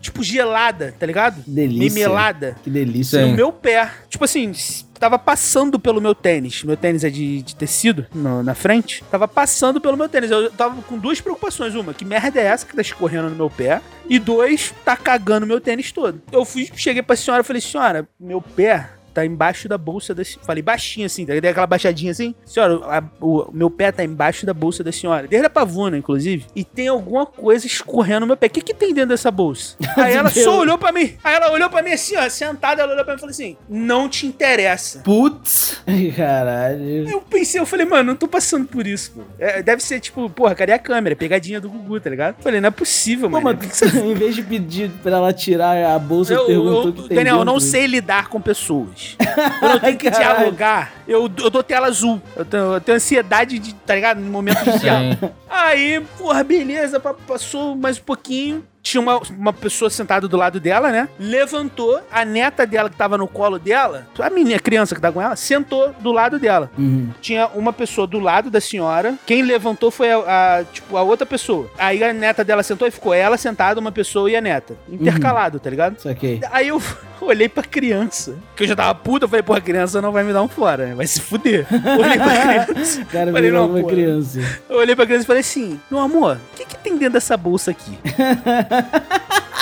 tipo, gelada, tá ligado?
Delícia.
Mimelada.
Que delícia.
Sim.
No meu pé. Tipo assim, tava passando pelo meu tênis. Meu tênis é de, de tecido no- na frente. Tava passando pelo meu tênis. Eu tava com duas preocupações. Uma, que merda é essa que tá escorrendo no meu pé? E dois, tá cagando meu tênis todo. Eu fui, cheguei pra senhora e falei, senhora, meu pé. Tá embaixo da bolsa da senhora. Falei baixinho assim, tá ligado? Dei aquela baixadinha assim. Senhora, a- o meu pé tá embaixo da bolsa da senhora. Desde a pavuna, inclusive. E tem alguma coisa escorrendo no meu pé. O que que tem dentro dessa bolsa? Aí ela
Deus.
só olhou pra mim. Aí ela olhou pra mim assim, ó, sentada, ela olhou pra mim e falou assim: Não te interessa.
Putz.
Ai, Caralho.
Eu pensei, eu falei, mano, não tô passando por isso, pô. É, deve ser tipo, porra, cadê a câmera? Pegadinha do Gugu, tá ligado? Falei, não é possível,
Pô,
mano.
mas em vez de pedir pra ela tirar a bolsa,
Eu,
perguntou
eu-
o que tem
Daniel, eu não
dentro.
sei lidar com pessoas. Eu não tenho que
Caralho.
dialogar. Eu, eu dou tela azul. Eu tenho, eu tenho ansiedade de, tá ligado? No momento de diálogo.
Sim.
Aí, porra, beleza, pa- passou mais um pouquinho. Tinha uma, uma pessoa sentada do lado dela, né? Levantou, a neta dela que tava no colo dela, a menina, a criança que tá com ela, sentou do lado dela.
Uhum.
Tinha uma pessoa do lado da senhora, quem levantou foi a, a, tipo, a outra pessoa. Aí a neta dela sentou e ficou ela sentada, uma pessoa e a neta. Intercalado, tá ligado?
Saquei.
Aí eu olhei pra criança, que eu já tava puto, eu falei, porra, a criança não vai me dar um fora, né? Vai se fuder. Olhei pra criança.
O cara
Falei,
virou
não,
uma
pô.
criança.
Eu olhei pra criança e falei assim: Meu amor, o que, que tem dentro dessa bolsa aqui?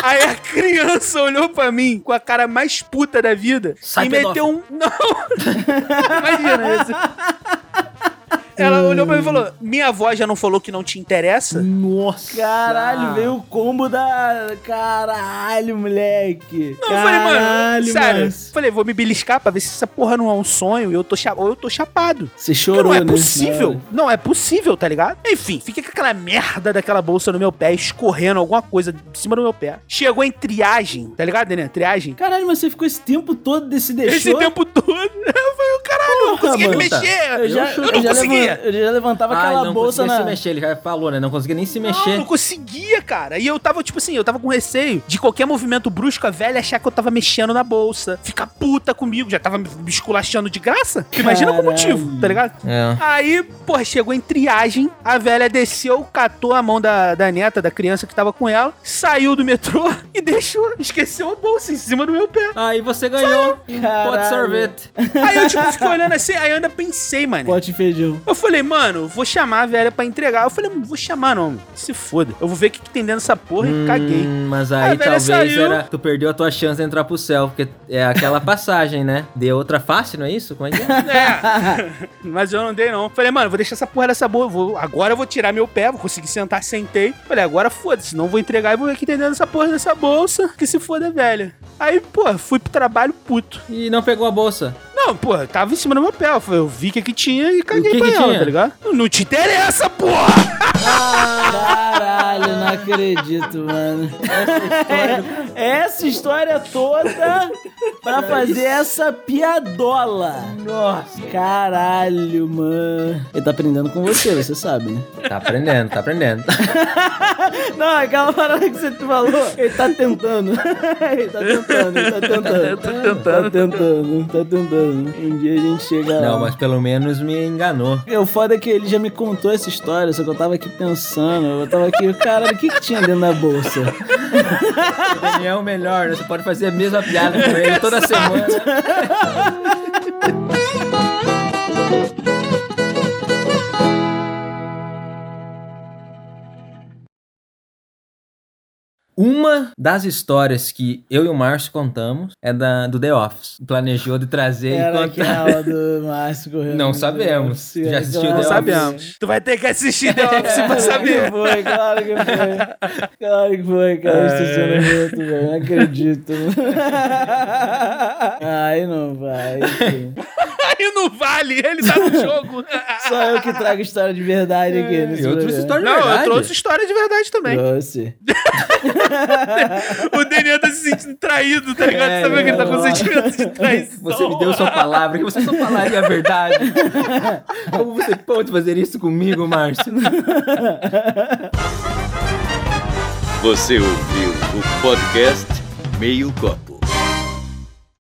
Aí a criança olhou pra mim com a cara mais puta da vida
Sai,
e meteu um. Não! Imagina isso. ela olhou pra mim e falou: Minha avó já não falou que não te interessa?
Nossa!
Caralho, veio o combo da. Caralho, moleque.
Não, eu falei,
Caralho,
mano, sério.
Márcio.
Falei, vou me beliscar pra ver se essa porra não é um sonho e eu tô cha- ou eu tô chapado.
Você
Porque
chorou,
não é
né?
possível. Não é possível, tá ligado? Enfim, fiquei com aquela merda daquela bolsa no meu pé, escorrendo alguma coisa de cima do meu pé. Chegou em triagem, tá ligado, Daniel? Triagem.
Caralho, mas você ficou esse tempo todo desse deixou?
Esse tempo todo, eu falei, caralho, eu não tá.
Porra,
conseguia me
mano.
mexer.
Eu já,
eu,
eu
não
já
conseguia.
levan- eu já levantava
Ah, ele
aquela
não
bolsa
conseguia
na.
se mexer, ele já falou, né? Não conseguia nem se mexer.
Não, não conseguia, cara. E eu tava, tipo assim, eu tava com receio de qualquer movimento brusco, a velha achar que eu tava mexendo na bolsa. Ficar puta comigo. Já tava me me esculachando de graça. Imagina com
Caralho.
motivo, tá ligado?
É.
Aí, porra, chegou em triagem, a velha desceu, catou a mão da, da neta, da criança que tava com ela, saiu do metrô e deixou, esqueceu a bolsa em cima do meu pé.
Aí você ganhou um pote de
Caralho.
sorvete.
Aí eu, tipo, fiquei olhando assim, aí eu ainda pensei, mano.
Pote de feijão.
Eu falei, mano, vou chamar a velha pra entregar. Eu falei, não vou chamar não, se foda. Eu vou ver o que, que tem dentro dessa porra e caguei.
Hum, mas
Aí a
aí
velha
talvez
saiu.
era. Tu perdeu a tua chance de entrar pro céu, porque é aquela passagem, né? Deu outra face, não é isso? Como é que é?
É, mas eu não dei não. Falei, mano, vou deixar essa porra dessa boa. Vou, agora eu vou tirar meu pé, vou conseguir sentar, sentei. Falei, agora foda-se, não vou entregar e vou aqui dentro dessa porra dessa bolsa, que se foda, velha. Aí, pô, fui pro trabalho puto.
E não pegou a bolsa.
Não, pô, tava em cima do meu pé. Eu, falei, eu vi o que que tinha e caguei
O que
pra
que
ela,
tinha?
tá ligado? Não te interessa, porra!
Caralho, não acredito, mano. Essa história toda pra fazer essa piadola. Nossa. Caralho, mano. Ele tá aprendendo com você, você sabe, né?
Tá aprendendo, tá aprendendo.
Não, é aquela parada que você falou, ele tá tentando. Ele tá tentando, ele tá tentando. Ele tá tentando. Tá tentando, tá tentando. Um dia a gente chega lá.
Não, mas pelo menos me enganou.
O foda é que ele já me contou essa história, só que eu tava aqui pensando, eu tava aqui, caralho, o que que tinha dentro da bolsa?
O Daniel é o melhor, né? você pode fazer a mesma piada com ele toda semana. Uma das histórias que eu e o Márcio contamos é da, do The Office. Planejou de trazer
Era
e contar.
aquela do Márcio Correia.
Não sabemos. Já assistiu The Office?
Tu vai ter que assistir The Office
É.
pra saber.
Claro que foi, claro que foi. Claro que foi, cara.
É.
é Estacionamento, velho. Não acredito. Ai, não vai. enfim.
Aí não vale, ele tá no jogo.
Só eu que trago história de verdade aqui. nesse
É. E outros
programa.
histórias de
Não, eu
verdade.
trouxe história de verdade também.
Trouxe.
O Daniel tá se sentindo traído, tá ligado?
É,
Sabe que ele tá com
eu-
sentimento de traição?
Você me deu sua palavra, que você só falaria a verdade. Como você pode fazer isso comigo, Márcio?
Você ouviu o podcast Meio Copo.